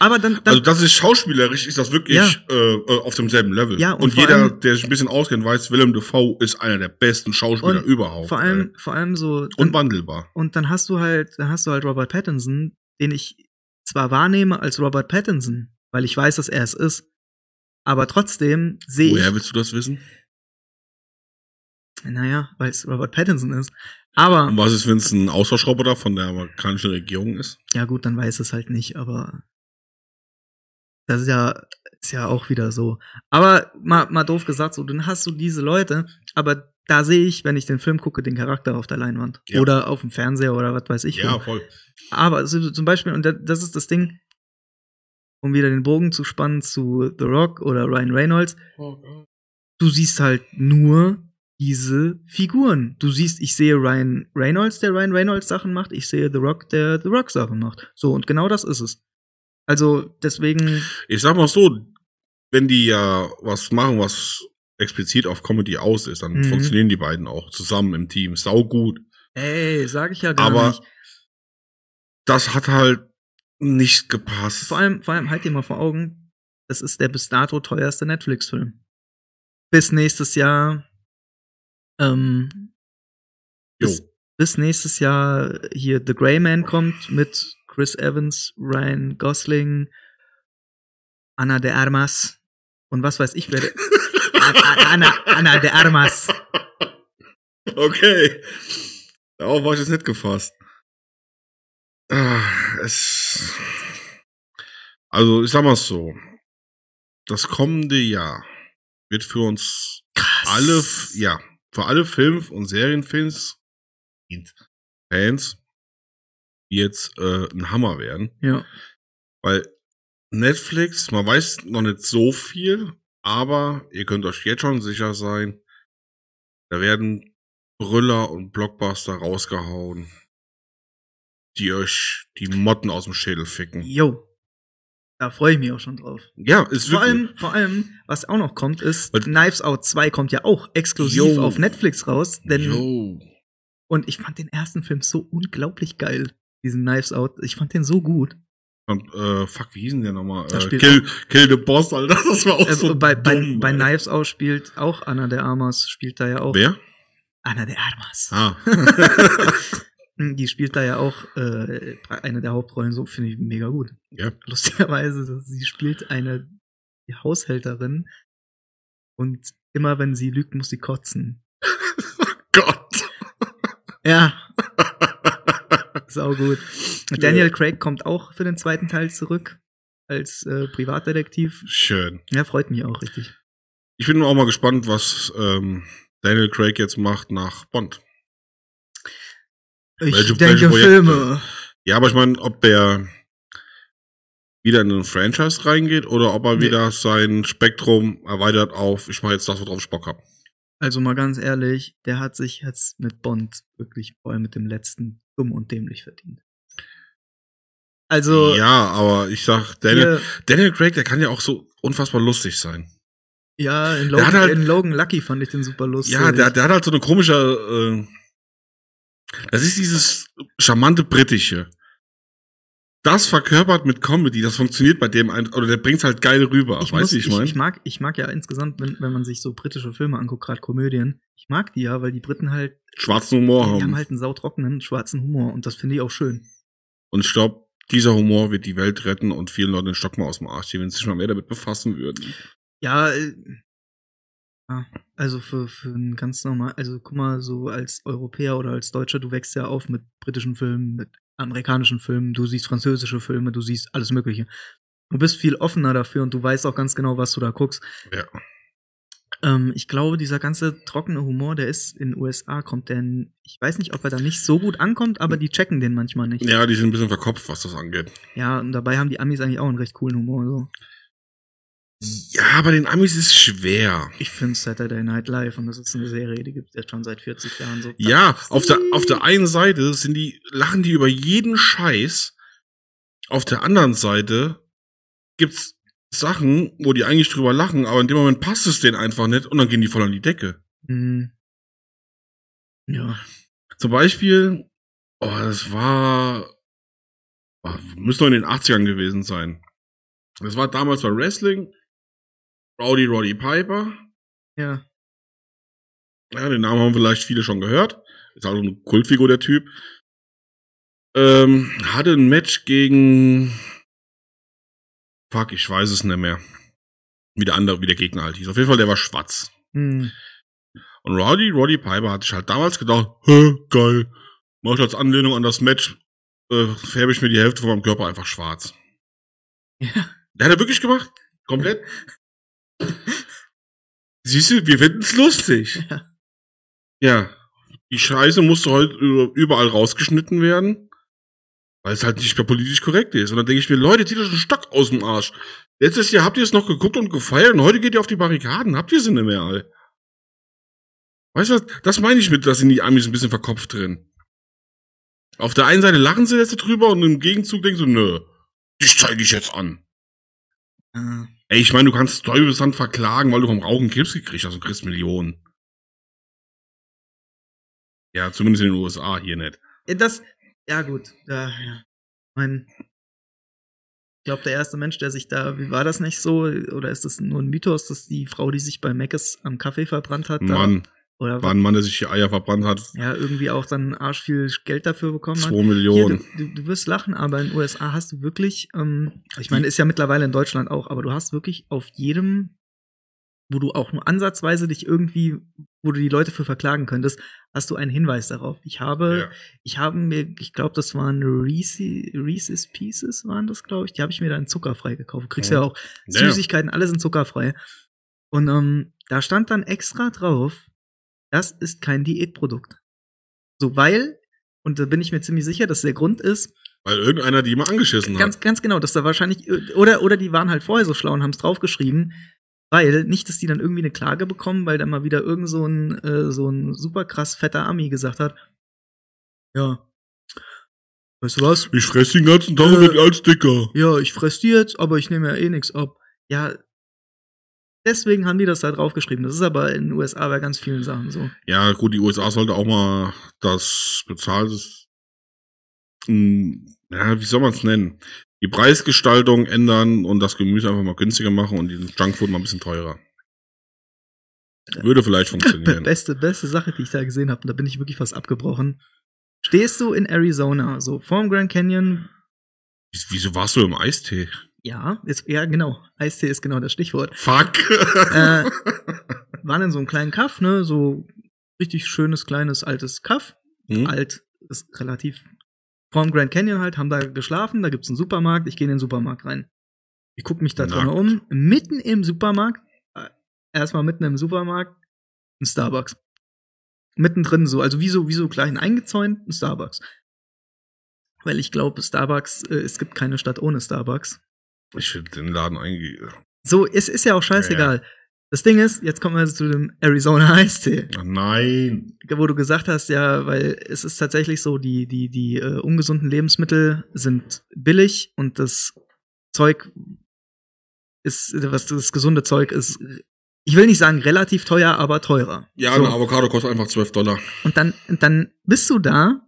Speaker 2: aber dann, dann
Speaker 1: also das ist schauspielerisch, ist das wirklich
Speaker 2: Ja.
Speaker 1: äh, äh, auf demselben Level.
Speaker 2: Ja, und
Speaker 1: und
Speaker 2: vor
Speaker 1: jeder,
Speaker 2: allem-
Speaker 1: der sich ein bisschen auskennt, weiß, Willem Dafoe ist einer der besten Schauspieler
Speaker 2: Und
Speaker 1: überhaupt.
Speaker 2: vor allem, vor allem so,
Speaker 1: ey. und
Speaker 2: dann,
Speaker 1: wandelbar.
Speaker 2: und dann hast du halt, dann hast du halt Robert Pattinson, den ich zwar wahrnehme als Robert Pattinson, weil ich weiß, dass er es ist, aber trotzdem sehe
Speaker 1: Woher
Speaker 2: ich,
Speaker 1: willst du das wissen?
Speaker 2: naja, weil es Robert Pattinson ist, aber,
Speaker 1: Und was ist, wenn es ein Austauschroboter von der amerikanischen Regierung ist?
Speaker 2: ja gut, dann weiß es halt nicht, aber das ist ja, ist ja auch wieder so. Aber mal, mal doof gesagt, so, dann hast du diese Leute, aber da sehe ich, wenn ich den Film gucke, den Charakter auf der Leinwand.
Speaker 1: Ja.
Speaker 2: Oder auf dem Fernseher oder was weiß ich. wo.
Speaker 1: voll.
Speaker 2: Aber so, zum Beispiel, und da- das ist das Ding, um wieder den Bogen zu spannen zu The Rock oder Ryan Reynolds, du siehst halt nur diese Figuren. Du siehst, ich sehe Ryan Reynolds, der Ryan Reynolds Sachen macht, ich sehe The Rock, der The Rock Sachen macht. So, und genau das ist es. Also, deswegen,
Speaker 1: Ich sag mal so, wenn die ja was machen, was explizit auf Comedy aus ist, dann
Speaker 2: Mhm.
Speaker 1: funktionieren die beiden auch zusammen im Team. Sau gut.
Speaker 2: ey, sag ich ja gar
Speaker 1: Aber
Speaker 2: nicht.
Speaker 1: das hat halt Nicht gepasst.
Speaker 2: Vor allem, vor allem halt dir mal vor Augen, das ist der bis dato teuerste Netflix-Film. Bis nächstes Jahr, ähm,
Speaker 1: Jo.
Speaker 2: bis, bis nächstes Jahr hier The Gray Man kommt mit Chris Evans, Ryan Gosling, Anna de Armas und was weiß ich, wer
Speaker 1: (laughs)
Speaker 2: der, Anna, Anna, Anna de Armas.
Speaker 1: Okay. Darauf war ich jetzt nicht gefasst. Ah, Es. Also, ich sag mal so. Das kommende Jahr wird für uns
Speaker 2: Krass.
Speaker 1: alle, F- ja, für alle Film- und Serienfans, Fans, jetzt äh, ein Hammer werden.
Speaker 2: Ja.
Speaker 1: Weil Netflix, man weiß noch nicht so viel, aber ihr könnt euch jetzt schon sicher sein, da werden Brüller und Blockbuster rausgehauen, die euch die Motten aus dem Schädel ficken.
Speaker 2: Jo. Da freue ich mich auch schon drauf.
Speaker 1: Ja, ist
Speaker 2: Vor
Speaker 1: wirklich-
Speaker 2: allem, vor allem, was auch noch kommt, ist,
Speaker 1: Und-
Speaker 2: Knives Out 2 kommt ja auch exklusiv
Speaker 1: Jo.
Speaker 2: auf Netflix raus. Denn,
Speaker 1: Jo.
Speaker 2: Und ich fand den ersten Film so unglaublich geil, diesen Knives Out. Ich fand den so gut.
Speaker 1: Und, äh, fuck, wie hieß denn der nochmal?
Speaker 2: Da
Speaker 1: Äh,
Speaker 2: spielt-
Speaker 1: Kill, Kill the Boss, Alter, (laughs) das war auch
Speaker 2: Äh,
Speaker 1: so
Speaker 2: bei, bei,
Speaker 1: dumm,
Speaker 2: bei
Speaker 1: ey.
Speaker 2: Knives Out spielt auch Anna de Armas, spielt da ja auch.
Speaker 1: Wer?
Speaker 2: Anna de Armas. Hm,
Speaker 1: Ah. (laughs)
Speaker 2: Die spielt da ja auch äh, eine der Hauptrollen, so finde ich mega gut.
Speaker 1: Ja.
Speaker 2: Lustigerweise, dass sie spielt eine Haushälterin und immer wenn sie lügt, muss sie kotzen.
Speaker 1: Gott.
Speaker 2: Ja,
Speaker 1: (laughs)
Speaker 2: sau gut. Daniel Craig kommt auch für den zweiten Teil zurück als äh, Privatdetektiv.
Speaker 1: Schön.
Speaker 2: Ja, freut mich auch richtig.
Speaker 1: Ich bin auch mal gespannt, was ähm, Daniel Craig jetzt macht nach Bond.
Speaker 2: Ich
Speaker 1: Welche- welche
Speaker 2: denke
Speaker 1: Projekte?
Speaker 2: Filme.
Speaker 1: Ja, aber ich meine, ob der wieder in ein Franchise reingeht oder ob er
Speaker 2: Nee.
Speaker 1: wieder sein Spektrum erweitert auf, ich mache jetzt das, worauf ich Bock hab.
Speaker 2: Also mal ganz ehrlich, der hat sich jetzt mit Bond wirklich voll mit dem letzten dumm und dämlich verdient. Also
Speaker 1: ja, aber ich sag, Daniel,
Speaker 2: hier,
Speaker 1: Daniel Craig, der kann ja auch so unfassbar lustig sein.
Speaker 2: ja, in Logan,
Speaker 1: hat halt-
Speaker 2: in Logan Lucky fand ich den super lustig.
Speaker 1: Ja, der, der hat halt so eine komische. Äh, das ist dieses charmante Britische. Das verkörpert mit Comedy, das funktioniert bei dem ein, oder der bringt's halt geil rüber.
Speaker 2: ich, muss,
Speaker 1: weißt du,
Speaker 2: ich,
Speaker 1: ich meine?
Speaker 2: ich mag ich mag ja insgesamt, wenn, wenn man sich so britische Filme anguckt, gerade Komödien, ich mag die ja, weil die Briten halt
Speaker 1: Schwarzen Humor
Speaker 2: die
Speaker 1: haben.
Speaker 2: haben halt einen sautrockenen schwarzen Humor und das finde ich auch schön.
Speaker 1: Und ich glaube, dieser Humor wird die Welt retten und vielen Leuten den Stock mal aus dem Arsch ziehen, wenn sie sich mal mehr damit befassen würden.
Speaker 2: Ja, äh, ja also für für einen ganz normal, also guck mal, so als Europäer oder als Deutscher, du wächst ja auf mit britischen Filmen, mit amerikanischen Filmen, du siehst französische Filme, du siehst alles mögliche. Du bist viel offener dafür und du weißt auch ganz genau, was du da guckst.
Speaker 1: Ja.
Speaker 2: Ähm, ich glaube, dieser ganze trockene Humor, der ist in den USA, kommt denn. Ich weiß nicht, ob er da nicht so gut ankommt, aber die checken den manchmal nicht.
Speaker 1: Hm. Ja, die sind ein bisschen verkopft, was das angeht.
Speaker 2: Ja, und dabei haben die Amis eigentlich auch einen recht coolen Humor. So.
Speaker 1: Ja, bei den Amis ist es schwer.
Speaker 2: Ich finde Saturday Night Live und das ist eine Serie, die gibt es jetzt schon seit 40 Jahren. So.
Speaker 1: Ja, auf der, auf der einen Seite sind die, lachen die über jeden Scheiß. Auf der anderen Seite gibt's Sachen, wo die eigentlich drüber lachen, aber in dem Moment passt es denen einfach nicht und dann gehen die voll an die Decke.
Speaker 2: Hm. Ja.
Speaker 1: Zum Beispiel, oh, das war, oh, müsste noch in den 80ern gewesen sein. Das war damals bei Wrestling, Rowdy Roddy Piper.
Speaker 2: Ja.
Speaker 1: Ja, den Namen haben vielleicht viele schon gehört. Ist auch eine Kultfigur, der Typ. Ähm, hatte ein Match gegen, fuck, ich weiß es nicht mehr. Wie der andere, wie der Gegner halt hieß. Auf jeden Fall, der war schwarz.
Speaker 2: Hm.
Speaker 1: Und Rowdy Roddy Piper hatte ich halt damals gedacht, hä, geil, mach ich als Anlehnung an das Match, äh, färbe ich mir die Hälfte von meinem Körper einfach schwarz.
Speaker 2: Ja.
Speaker 1: Der hat er wirklich gemacht. Komplett. Siehst du, wir finden's lustig.
Speaker 2: Ja.
Speaker 1: Ja. Die Scheiße musste heute über- überall rausgeschnitten werden, weil es halt nicht mehr politisch korrekt ist. Und dann denke ich mir, Leute, zieht euch einen Stock aus dem Arsch. Letztes Jahr habt ihr es noch geguckt und gefeiert und heute geht ihr auf die Barrikaden. Habt ihr sie nicht mehr, all. Weißt du, was? das meine ich mit, dass sind die Amis ein bisschen verkopft drin. Auf der einen Seite lachen sie jetzt drüber und im Gegenzug denken sie, nö, dich zeige ich jetzt an.
Speaker 2: Ah.
Speaker 1: Ey, ich meine, du kannst Teufelshand verklagen, weil du vom Rauchen Krebs gekriegt hast und kriegst Millionen. Ja,
Speaker 2: Äh,
Speaker 1: zumindest in den USA hier nicht.
Speaker 2: Ja, Das. Ja, gut. Ja, ja. Mein. glaube, der erste Mensch, der sich da, wie war das nicht so? Oder ist das nur ein Mythos, dass die Frau, die sich bei Meckes am Kaffee verbrannt hat, da,
Speaker 1: Mann,
Speaker 2: oder
Speaker 1: war ein Mann, der sich die Eier verbrannt hat.
Speaker 2: ja, irgendwie auch dann arsch viel Geld dafür bekommen hat?
Speaker 1: Zwei
Speaker 2: Hier,
Speaker 1: Millionen.
Speaker 2: du, du, du wirst lachen, aber in den USA hast du wirklich, ähm, ich meine, ist ja mittlerweile in Deutschland auch, aber du hast wirklich auf jedem, wo du auch nur ansatzweise dich irgendwie, wo du die Leute für verklagen könntest, hast du einen Hinweis darauf. Ich habe,
Speaker 1: ja.
Speaker 2: ich habe mir, ich glaube, das waren Reese, Reese's Pieces, waren das, glaube ich, die habe ich mir dann zuckerfrei gekauft. Du kriegst ja,
Speaker 1: Mhm.
Speaker 2: auch
Speaker 1: Ja.
Speaker 2: Süßigkeiten, alles in zuckerfrei. Und ähm, da stand dann extra drauf, das ist kein Diätprodukt. So, weil, und da bin ich mir ziemlich sicher, dass der Grund ist,
Speaker 1: Weil irgendeiner die immer angeschissen
Speaker 2: ganz,
Speaker 1: hat.
Speaker 2: ganz genau, dass da wahrscheinlich, oder, oder die waren halt vorher so schlau und haben es draufgeschrieben, weil nicht, dass die dann irgendwie eine Klage bekommen, weil dann mal wieder irgend so ein, äh, so ein super krass fetter Ami gesagt hat, ja, weißt du was,
Speaker 1: Ich fress den ganzen Tag
Speaker 2: Äh,
Speaker 1: mit als Dicker.
Speaker 2: ja, ich fress die jetzt, aber ich nehme ja eh nichts ab. Ja, deswegen haben die das da draufgeschrieben. Das ist aber in den USA bei ganz vielen Sachen so.
Speaker 1: Ja, gut, die USA sollte auch mal das bezahlte. Hm, Ja, wie soll man es nennen? Die Preisgestaltung ändern und das Gemüse einfach mal günstiger machen und den Junkfood mal ein bisschen teurer. Würde vielleicht
Speaker 2: Be- (laughs)
Speaker 1: funktionieren.
Speaker 2: Beste, beste Sache, die ich da gesehen habe, und da bin ich wirklich fast abgebrochen. Stehst du in Arizona, so vorm Grand Canyon,
Speaker 1: Wieso warst du im Eistee?
Speaker 2: ja, jetzt, ja, genau, Eistee ist genau
Speaker 1: (laughs)
Speaker 2: das Stichwort.
Speaker 1: Fuck!
Speaker 2: (laughs) äh, waren in so einem kleinen Kaff, ne, so richtig schönes, kleines, altes Kaff.
Speaker 1: Hm?
Speaker 2: alt, ist relativ vorm Grand Canyon halt, haben da geschlafen, da gibt's einen Supermarkt, ich gehe in den Supermarkt rein. Ich gucke mich da drin
Speaker 1: Nackt.
Speaker 2: um, mitten im Supermarkt, äh, erstmal mitten im Supermarkt, ein Starbucks. Mittendrin so, also wie so, wie so klein eingezäunt, ein Starbucks. Weil ich glaube, Starbucks, äh, es gibt keine Stadt ohne Starbucks.
Speaker 1: Ich will den Laden eingehen.
Speaker 2: So, es ist ja auch scheißegal. Das Ding ist, jetzt kommen wir zu dem Arizona Eistee
Speaker 1: Ach, Nein.
Speaker 2: wo du gesagt hast, ja, weil es ist tatsächlich so, die, die, die äh, ungesunden Lebensmittel sind billig und das Zeug ist, was das gesunde Zeug ist, ich will nicht sagen relativ teuer, aber teurer.
Speaker 1: Ja,
Speaker 2: so.
Speaker 1: eine Avocado kostet einfach 12 Dollar.
Speaker 2: Und dann, und dann bist du da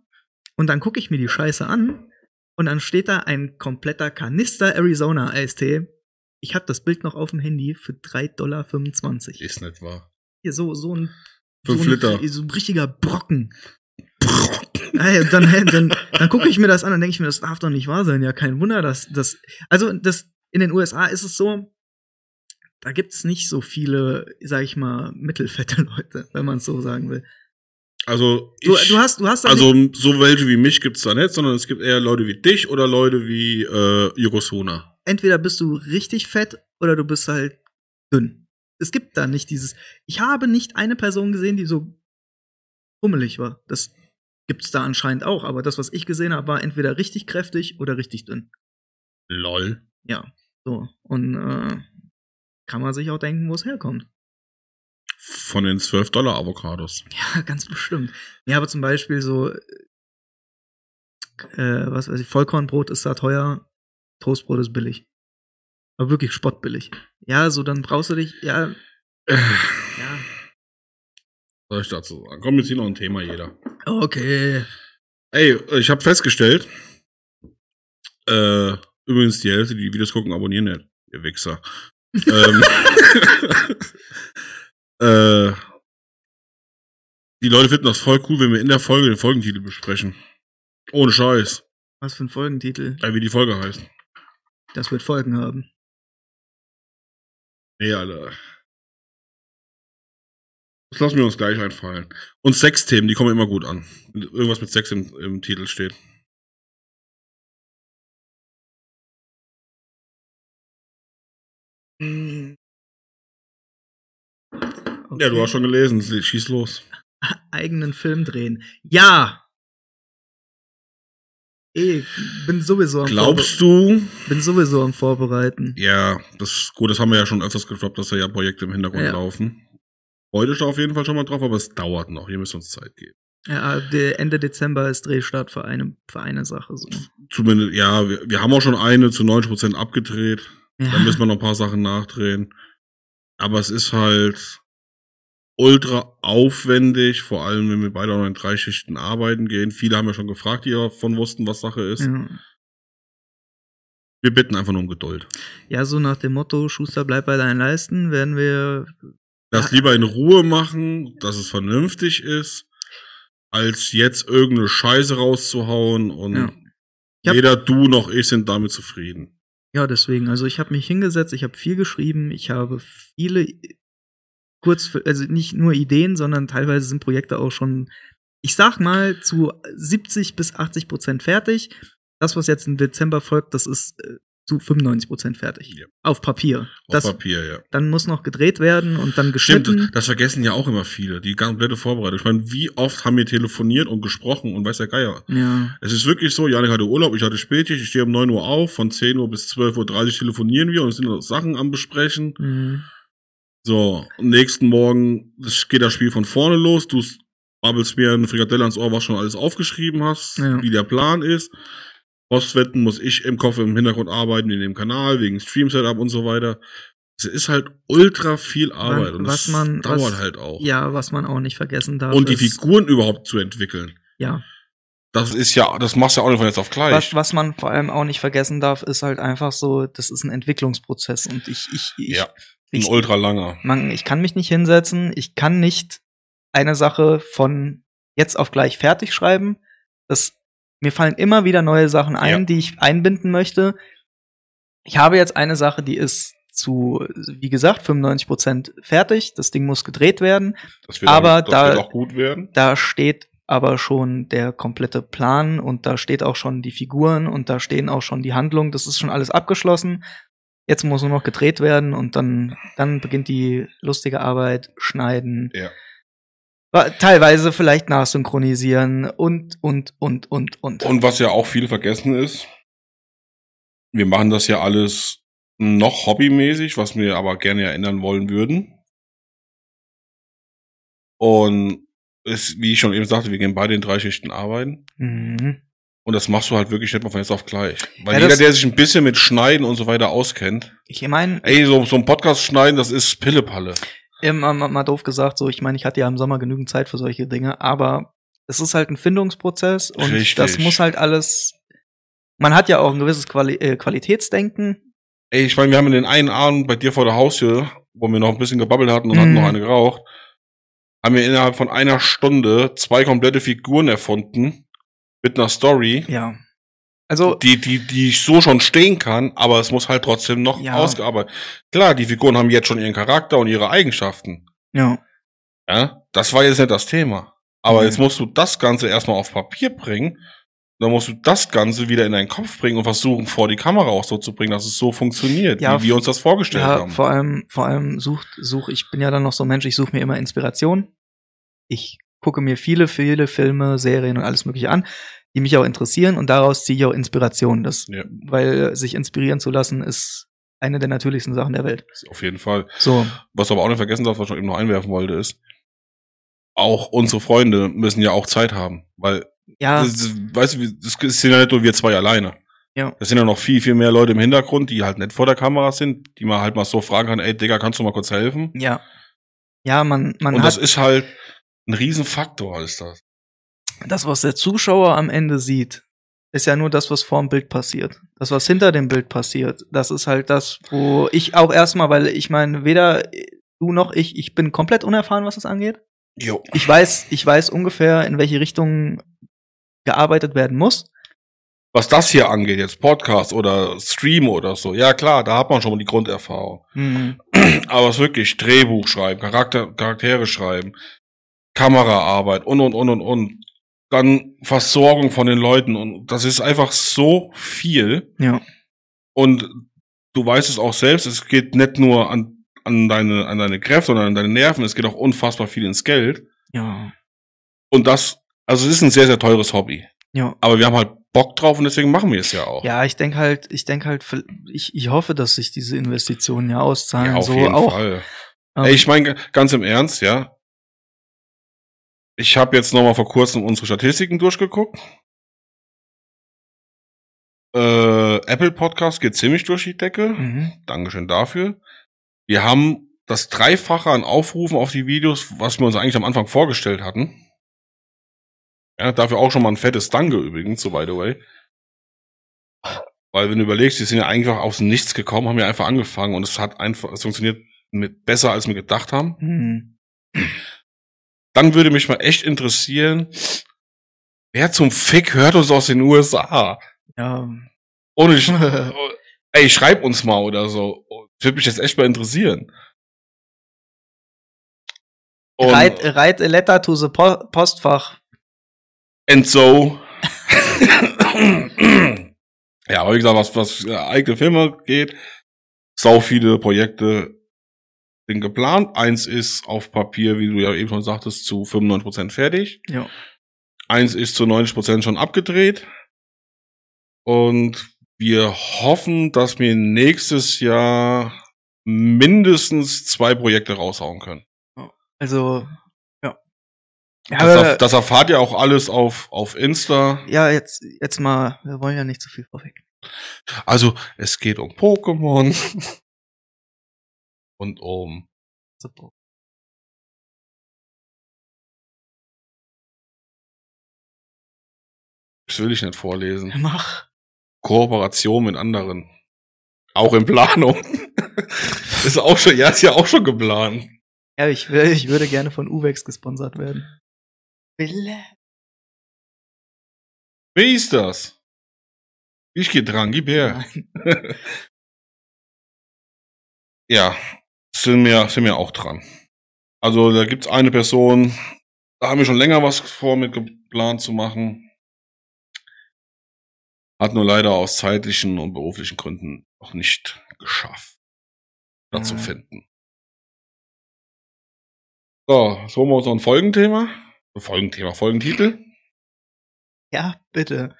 Speaker 2: und dann gucke ich mir die Scheiße an und dann steht da ein kompletter Kanister Arizona Eistee. Ich habe das Bild noch auf dem Handy für 3,25 Dollar.
Speaker 1: Ist nicht wahr.
Speaker 2: Hier so, so ein
Speaker 1: Fünf
Speaker 2: so
Speaker 1: Liter.
Speaker 2: Ein, so ein richtiger Brocken. Ey, und dann dann, dann gucke ich mir das an und denke ich mir, das darf doch nicht wahr sein. Ja, kein Wunder, dass das. Also das, in den USA ist es so, da gibt es nicht so viele, sag ich mal, mittelfette (laughs) Leute, wenn man es so sagen will.
Speaker 1: Also,
Speaker 2: Du,
Speaker 1: ich-
Speaker 2: du hast, du hast da
Speaker 1: Also so welche wie mich gibt's da nicht, sondern es gibt eher Leute wie dich oder Leute wie äh, Jurosuna.
Speaker 2: entweder bist du richtig fett oder du bist halt dünn. Es gibt da nicht dieses. Ich habe nicht eine Person gesehen, die so pummelig war. Das gibt's da anscheinend auch, aber das, was ich gesehen habe, war entweder richtig kräftig oder richtig dünn.
Speaker 1: Lol.
Speaker 2: So. Und äh, kann man sich auch denken, wo es herkommt. (laughs)
Speaker 1: Von den 12 Dollar Avocados.
Speaker 2: Ja, ganz bestimmt. Ja, aber zum Beispiel so, äh, was weiß ich, Vollkornbrot ist da teuer, Toastbrot ist billig. Aber wirklich spottbillig. Ja, so dann brauchst du dich,
Speaker 1: (sighs)
Speaker 2: ja,
Speaker 1: Äh,
Speaker 2: ja,
Speaker 1: soll ich dazu sagen? Komm, jetzt hier noch ein Thema jeder.
Speaker 2: Okay.
Speaker 1: Ey, ich habe festgestellt, äh, übrigens die Hälfte, die die Videos gucken, abonnieren nicht, ihr Wichser. ähm, (laughs) äh, die Leute finden das voll cool, wenn wir in der Folge den Folgentitel besprechen. Ohne Scheiß.
Speaker 2: Was für ein Folgentitel.
Speaker 1: Äh, wie die Folge heißt.
Speaker 2: Das wird Folgen haben.
Speaker 1: Nee, Alter. Das lassen wir uns gleich einfallen. Und Sexthemen, die kommen immer gut an. Wenn Irgendwas mit Sex im, im Titel steht.
Speaker 2: Okay.
Speaker 1: Hm. Ja, du hast schon gelesen. Schieß los.
Speaker 2: (laughs) Eigenen Film drehen. Ja! Ich bin sowieso am,
Speaker 1: Glaubst du?
Speaker 2: Vorbe- bin sowieso am Vorbereiten.
Speaker 1: Ja, das gut, das haben wir ja schon öfters gedroppt, dass da ja Projekte im Hintergrund
Speaker 2: Ja.
Speaker 1: laufen. Heute ist da auf jeden Fall schon mal drauf, aber es dauert noch. Ihr müsst uns Zeit geben.
Speaker 2: Ja, der Ende Dezember ist Drehstart für eine, für eine Sache. So.
Speaker 1: Zumindest, ja, wir, wir haben auch schon eine zu 90% abgedreht.
Speaker 2: Ja.
Speaker 1: Da müssen wir noch ein paar Sachen nachdrehen. Aber es ist halt ultra aufwendig, vor allem wenn wir beide auch noch in drei Schichten arbeiten gehen. Viele haben ja schon gefragt, die davon wussten, was Sache ist.
Speaker 2: ja.
Speaker 1: Wir bitten einfach nur um Geduld.
Speaker 4: Ja, so nach dem Motto, Schuster, bleib bei deinen Leisten, werden wir
Speaker 1: Das lieber in Ruhe machen, dass es vernünftig ist, als jetzt irgendeine Scheiße rauszuhauen und
Speaker 4: Ja. Ich hab-
Speaker 1: weder du noch ich sind damit zufrieden.
Speaker 4: Ja, deswegen. Also ich habe mich hingesetzt, ich habe viel geschrieben, ich habe viele kurz, also nicht nur Ideen, sondern teilweise sind Projekte auch schon, ich sag mal, zu 70 bis 80 Prozent fertig. Das, was jetzt im Dezember folgt, das ist äh, zu 95 Prozent fertig.
Speaker 1: Ja.
Speaker 4: Auf Papier.
Speaker 1: Auf
Speaker 4: das,
Speaker 1: Papier, ja.
Speaker 4: Dann muss noch gedreht werden und dann geschnitten.
Speaker 1: Stimmt, das vergessen ja auch immer viele, die komplette Vorbereitung. Ich meine, wie oft haben wir telefoniert und gesprochen und weiß der Geier.
Speaker 4: Ja,
Speaker 1: Es ist wirklich so, Janik hatte Urlaub, ich hatte Spätschicht, ich stehe um 9 Uhr auf, von 10 Uhr bis 12.30 Uhr telefonieren wir und sind noch Sachen am Besprechen.
Speaker 4: mhm.
Speaker 1: So, am nächsten Morgen das geht das Spiel von vorne los. Du babbelst mir eine Frikadelle ans Ohr, was schon alles aufgeschrieben hast,
Speaker 4: Ja.
Speaker 1: wie der Plan ist. Postwetten muss ich im Kopf im Hintergrund arbeiten, in dem Kanal, wegen Stream-Setup und so weiter. Es ist halt ultra viel Arbeit und
Speaker 4: was
Speaker 1: das
Speaker 4: man-
Speaker 1: dauert
Speaker 4: was-
Speaker 1: halt auch.
Speaker 4: ja, was man auch nicht vergessen darf.
Speaker 1: und die
Speaker 4: ist-
Speaker 1: Figuren überhaupt zu entwickeln.
Speaker 4: Ja.
Speaker 1: Das ist ja, das machst du ja auch nicht von jetzt auf gleich.
Speaker 2: Was, was man vor allem auch nicht vergessen darf, ist halt einfach so, das ist ein Entwicklungsprozess und ich, ich, ich,
Speaker 1: Ja. Ein
Speaker 2: ich,
Speaker 1: ultra langer.
Speaker 2: man, ich kann mich nicht hinsetzen, ich kann nicht eine Sache von jetzt auf gleich fertig schreiben. Das, mir fallen immer wieder neue Sachen ein,
Speaker 1: Ja.
Speaker 2: die ich einbinden möchte. Ich habe jetzt eine Sache, die ist zu, wie gesagt, 95% fertig. Das Ding muss gedreht werden.
Speaker 1: Das wird,
Speaker 2: Aber
Speaker 1: auch, das
Speaker 2: da-
Speaker 1: wird auch gut werden.
Speaker 2: Da steht aber schon der komplette Plan und da steht auch schon die Figuren und da stehen auch schon die Handlungen. Das ist schon alles abgeschlossen. Jetzt muss nur noch gedreht werden und dann, dann beginnt die lustige Arbeit, schneiden,
Speaker 1: Ja.
Speaker 2: wa- teilweise vielleicht nachsynchronisieren und, und, und, und, und.
Speaker 1: Und was ja auch viel vergessen ist, wir machen das ja alles noch hobbymäßig, was wir aber gerne ja ändern wollen würden. Und es, wie ich schon eben sagte, wir gehen beide in drei Schichten arbeiten.
Speaker 2: Mhm.
Speaker 1: Und das machst du halt wirklich nicht mal von jetzt auf gleich. Weil
Speaker 2: Ja,
Speaker 1: jeder,
Speaker 2: das-
Speaker 1: der sich ein bisschen mit Schneiden und so weiter auskennt,
Speaker 2: Ich meine,
Speaker 1: ey, so, so ein Podcast schneiden, das ist Pillepalle.
Speaker 2: immer mal, mal doof gesagt, so, ich meine, ich hatte ja im Sommer genügend Zeit für solche Dinge, aber es ist halt ein Findungsprozess und
Speaker 1: Richtig.
Speaker 2: das muss halt alles. Man hat ja auch ein gewisses Quali äh, Qualitätsdenken.
Speaker 1: Ey, ich meine, wir haben in den einen Abend bei dir vor der Haustür, wo wir noch ein bisschen gebabbelt hatten und hatten
Speaker 2: Mhm.
Speaker 1: noch eine geraucht, haben wir innerhalb von einer Stunde zwei komplette Figuren erfunden mit einer Story,
Speaker 2: Ja. Also,
Speaker 1: die, die, die ich so schon stehen kann, aber es muss halt trotzdem noch
Speaker 2: Ja.
Speaker 1: ausgearbeitet. Klar, die Figuren haben jetzt schon ihren Charakter und ihre Eigenschaften.
Speaker 2: ja.
Speaker 1: Ja, das war jetzt nicht das Thema. Aber
Speaker 2: Mhm.
Speaker 1: jetzt musst du das Ganze erstmal auf Papier bringen. Dann musst du das Ganze wieder in deinen Kopf bringen und versuchen, vor die Kamera auch so zu bringen, dass es so funktioniert,
Speaker 2: Ja,
Speaker 1: wie wir uns das vorgestellt
Speaker 2: ja
Speaker 1: haben.
Speaker 2: vor allem, vor allem sucht, such, ich bin ja dann noch so ein Mensch, ich suche mir immer Inspiration. Ich gucke mir viele, viele Filme, Serien und alles Mögliche an, die mich auch interessieren und daraus ziehe ich auch Inspiration. Das,
Speaker 1: Ja.
Speaker 2: Weil sich inspirieren zu lassen, ist eine der natürlichsten Sachen der Welt.
Speaker 1: Auf jeden Fall.
Speaker 2: So.
Speaker 1: Was du aber auch nicht vergessen darfst, was ich noch eben noch einwerfen wollte, ist, auch unsere Freunde müssen ja auch Zeit haben. Weil,
Speaker 2: Ja.
Speaker 1: das, das, weißt du, wir- das sind ja nicht nur wir zwei alleine.
Speaker 2: Ja.
Speaker 1: Das sind ja noch viel, viel mehr Leute im Hintergrund, die halt nicht vor der Kamera sind, die man halt mal so fragen kann, ey Digga, kannst du mal kurz helfen?
Speaker 2: Ja. Ja, man, man
Speaker 1: Und
Speaker 2: hat
Speaker 1: das ist halt ein Riesenfaktor, ist das.
Speaker 2: das, was der Zuschauer am Ende sieht, ist ja nur das, was vorm Bild passiert. Das, was hinter dem Bild passiert, das ist halt das, wo ich auch erstmal, weil ich meine, weder du noch ich, ich bin komplett unerfahren, was das angeht.
Speaker 1: Jo.
Speaker 2: Ich weiß, ich weiß ungefähr, in welche Richtung gearbeitet werden muss.
Speaker 1: Was das hier angeht, jetzt Podcast oder Stream oder so, ja klar, da hat man schon mal die Grunderfahrung. Mhm. (clears throat) Aber es wirklich Drehbuch schreiben, Charakter, Charaktere schreiben, Kameraarbeit und und und und und. Dann Versorgung von den Leuten und das ist einfach so viel.
Speaker 2: Ja.
Speaker 1: Und du weißt es auch selbst, es geht nicht nur an, an, deine, an deine Kräfte oder an deine Nerven, es geht auch unfassbar viel ins Geld.
Speaker 2: Ja.
Speaker 1: Und das, also es ist ein sehr, sehr teures Hobby.
Speaker 2: Ja.
Speaker 1: Aber wir haben halt Bock drauf und deswegen machen wir es ja auch.
Speaker 2: Ja, ich denke halt, ich denke halt, ich, ich hoffe, dass sich diese Investitionen ja auszahlen.
Speaker 1: Ja, auf
Speaker 2: so
Speaker 1: jeden
Speaker 2: auch.
Speaker 1: Fall.
Speaker 2: Ähm,
Speaker 1: Ey, ich meine, ganz im Ernst, ja. Ich habe jetzt nochmal vor kurzem unsere Statistiken durchgeguckt. Äh, Apple Podcast geht ziemlich durch die Decke.
Speaker 2: mhm.
Speaker 1: Dankeschön dafür. Wir haben das Dreifache an Aufrufen auf die Videos, was wir uns eigentlich am Anfang vorgestellt hatten. Ja, dafür auch schon mal ein fettes Danke übrigens, so by the way. Weil wenn du überlegst, die sind ja eigentlich auch aus dem Nichts gekommen, haben ja einfach angefangen und es hat einfach, es funktioniert mit, besser, als wir gedacht haben.
Speaker 2: Hm.
Speaker 1: Dann würde mich mal echt interessieren, wer zum Fick hört uns aus den USA?
Speaker 2: Ja.
Speaker 1: Ohne, Sch- ey, schreib uns mal oder so. Würde mich jetzt echt mal interessieren. Und,
Speaker 4: Write, write a letter to the po
Speaker 1: (coughs)
Speaker 4: Postfach.
Speaker 1: and so. ja, aber wie gesagt, was, was äh, eigene Filme geht, sau viele Projekte sind geplant. Eins ist auf Papier, wie du ja eben schon sagtest, zu 95% fertig.
Speaker 2: Ja.
Speaker 1: Eins ist zu 90% schon abgedreht. Und wir hoffen, dass wir nächstes Jahr mindestens zwei Projekte raushauen können.
Speaker 2: Also, ja. Ja,
Speaker 1: Das,
Speaker 2: aber,
Speaker 1: erf das erfahrt ihr auch alles auf, auf Insta.
Speaker 2: ja jetzt, jetzt mal, wir wollen ja nicht zu viel vorweg.
Speaker 1: Also, es geht um
Speaker 2: (laughs)
Speaker 1: Pokémon und um
Speaker 2: Super.
Speaker 1: das will ich nicht vorlesen.
Speaker 2: Mach.
Speaker 1: Kooperation mit anderen. Auch in Planung. (laughs) ist auch schon, ja, ist ja auch schon geplant.
Speaker 2: Ja, ich, will, ich würde gerne von Uwex gesponsert werden. Wille.
Speaker 1: Wer ist das? Ich geh dran, gib her.
Speaker 2: Nein.
Speaker 1: (laughs) Ja, sind wir, sind wir auch dran. Also, da gibt's eine Person, da haben wir schon länger was vor, mit geplant zu machen. Hat nur leider aus zeitlichen und beruflichen Gründen noch nicht geschafft, dazu
Speaker 2: Ja.
Speaker 1: finden. So, jetzt holen wir uns noch ein Folgenthema. Folgenthema, Folgentitel.
Speaker 2: Ja, bitte.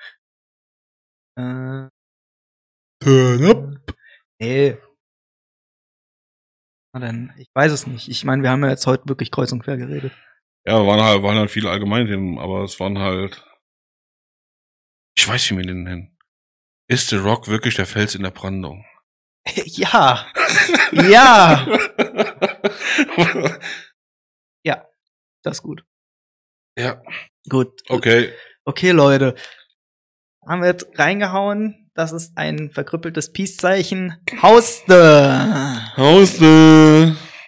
Speaker 2: Äh,
Speaker 1: Turn
Speaker 2: nee. Na denn, ich weiß es nicht. Ich meine, wir haben ja jetzt heute wirklich kreuz und
Speaker 1: (laughs)
Speaker 2: quer geredet.
Speaker 1: Ja, waren halt, waren halt viele Allgemeinthemen, aber es waren halt. Ich weiß nicht, wie wir den nennen. Ist The Rock wirklich der Fels in der Brandung?
Speaker 2: ja. ja.
Speaker 1: (laughs)
Speaker 2: Das ist gut.
Speaker 1: ja,
Speaker 2: Gut.
Speaker 1: okay.
Speaker 2: Okay, Leute. Haben wir jetzt reingehauen. Das ist ein verkrüppeltes Peace-Zeichen. Hauste.
Speaker 1: Hauste!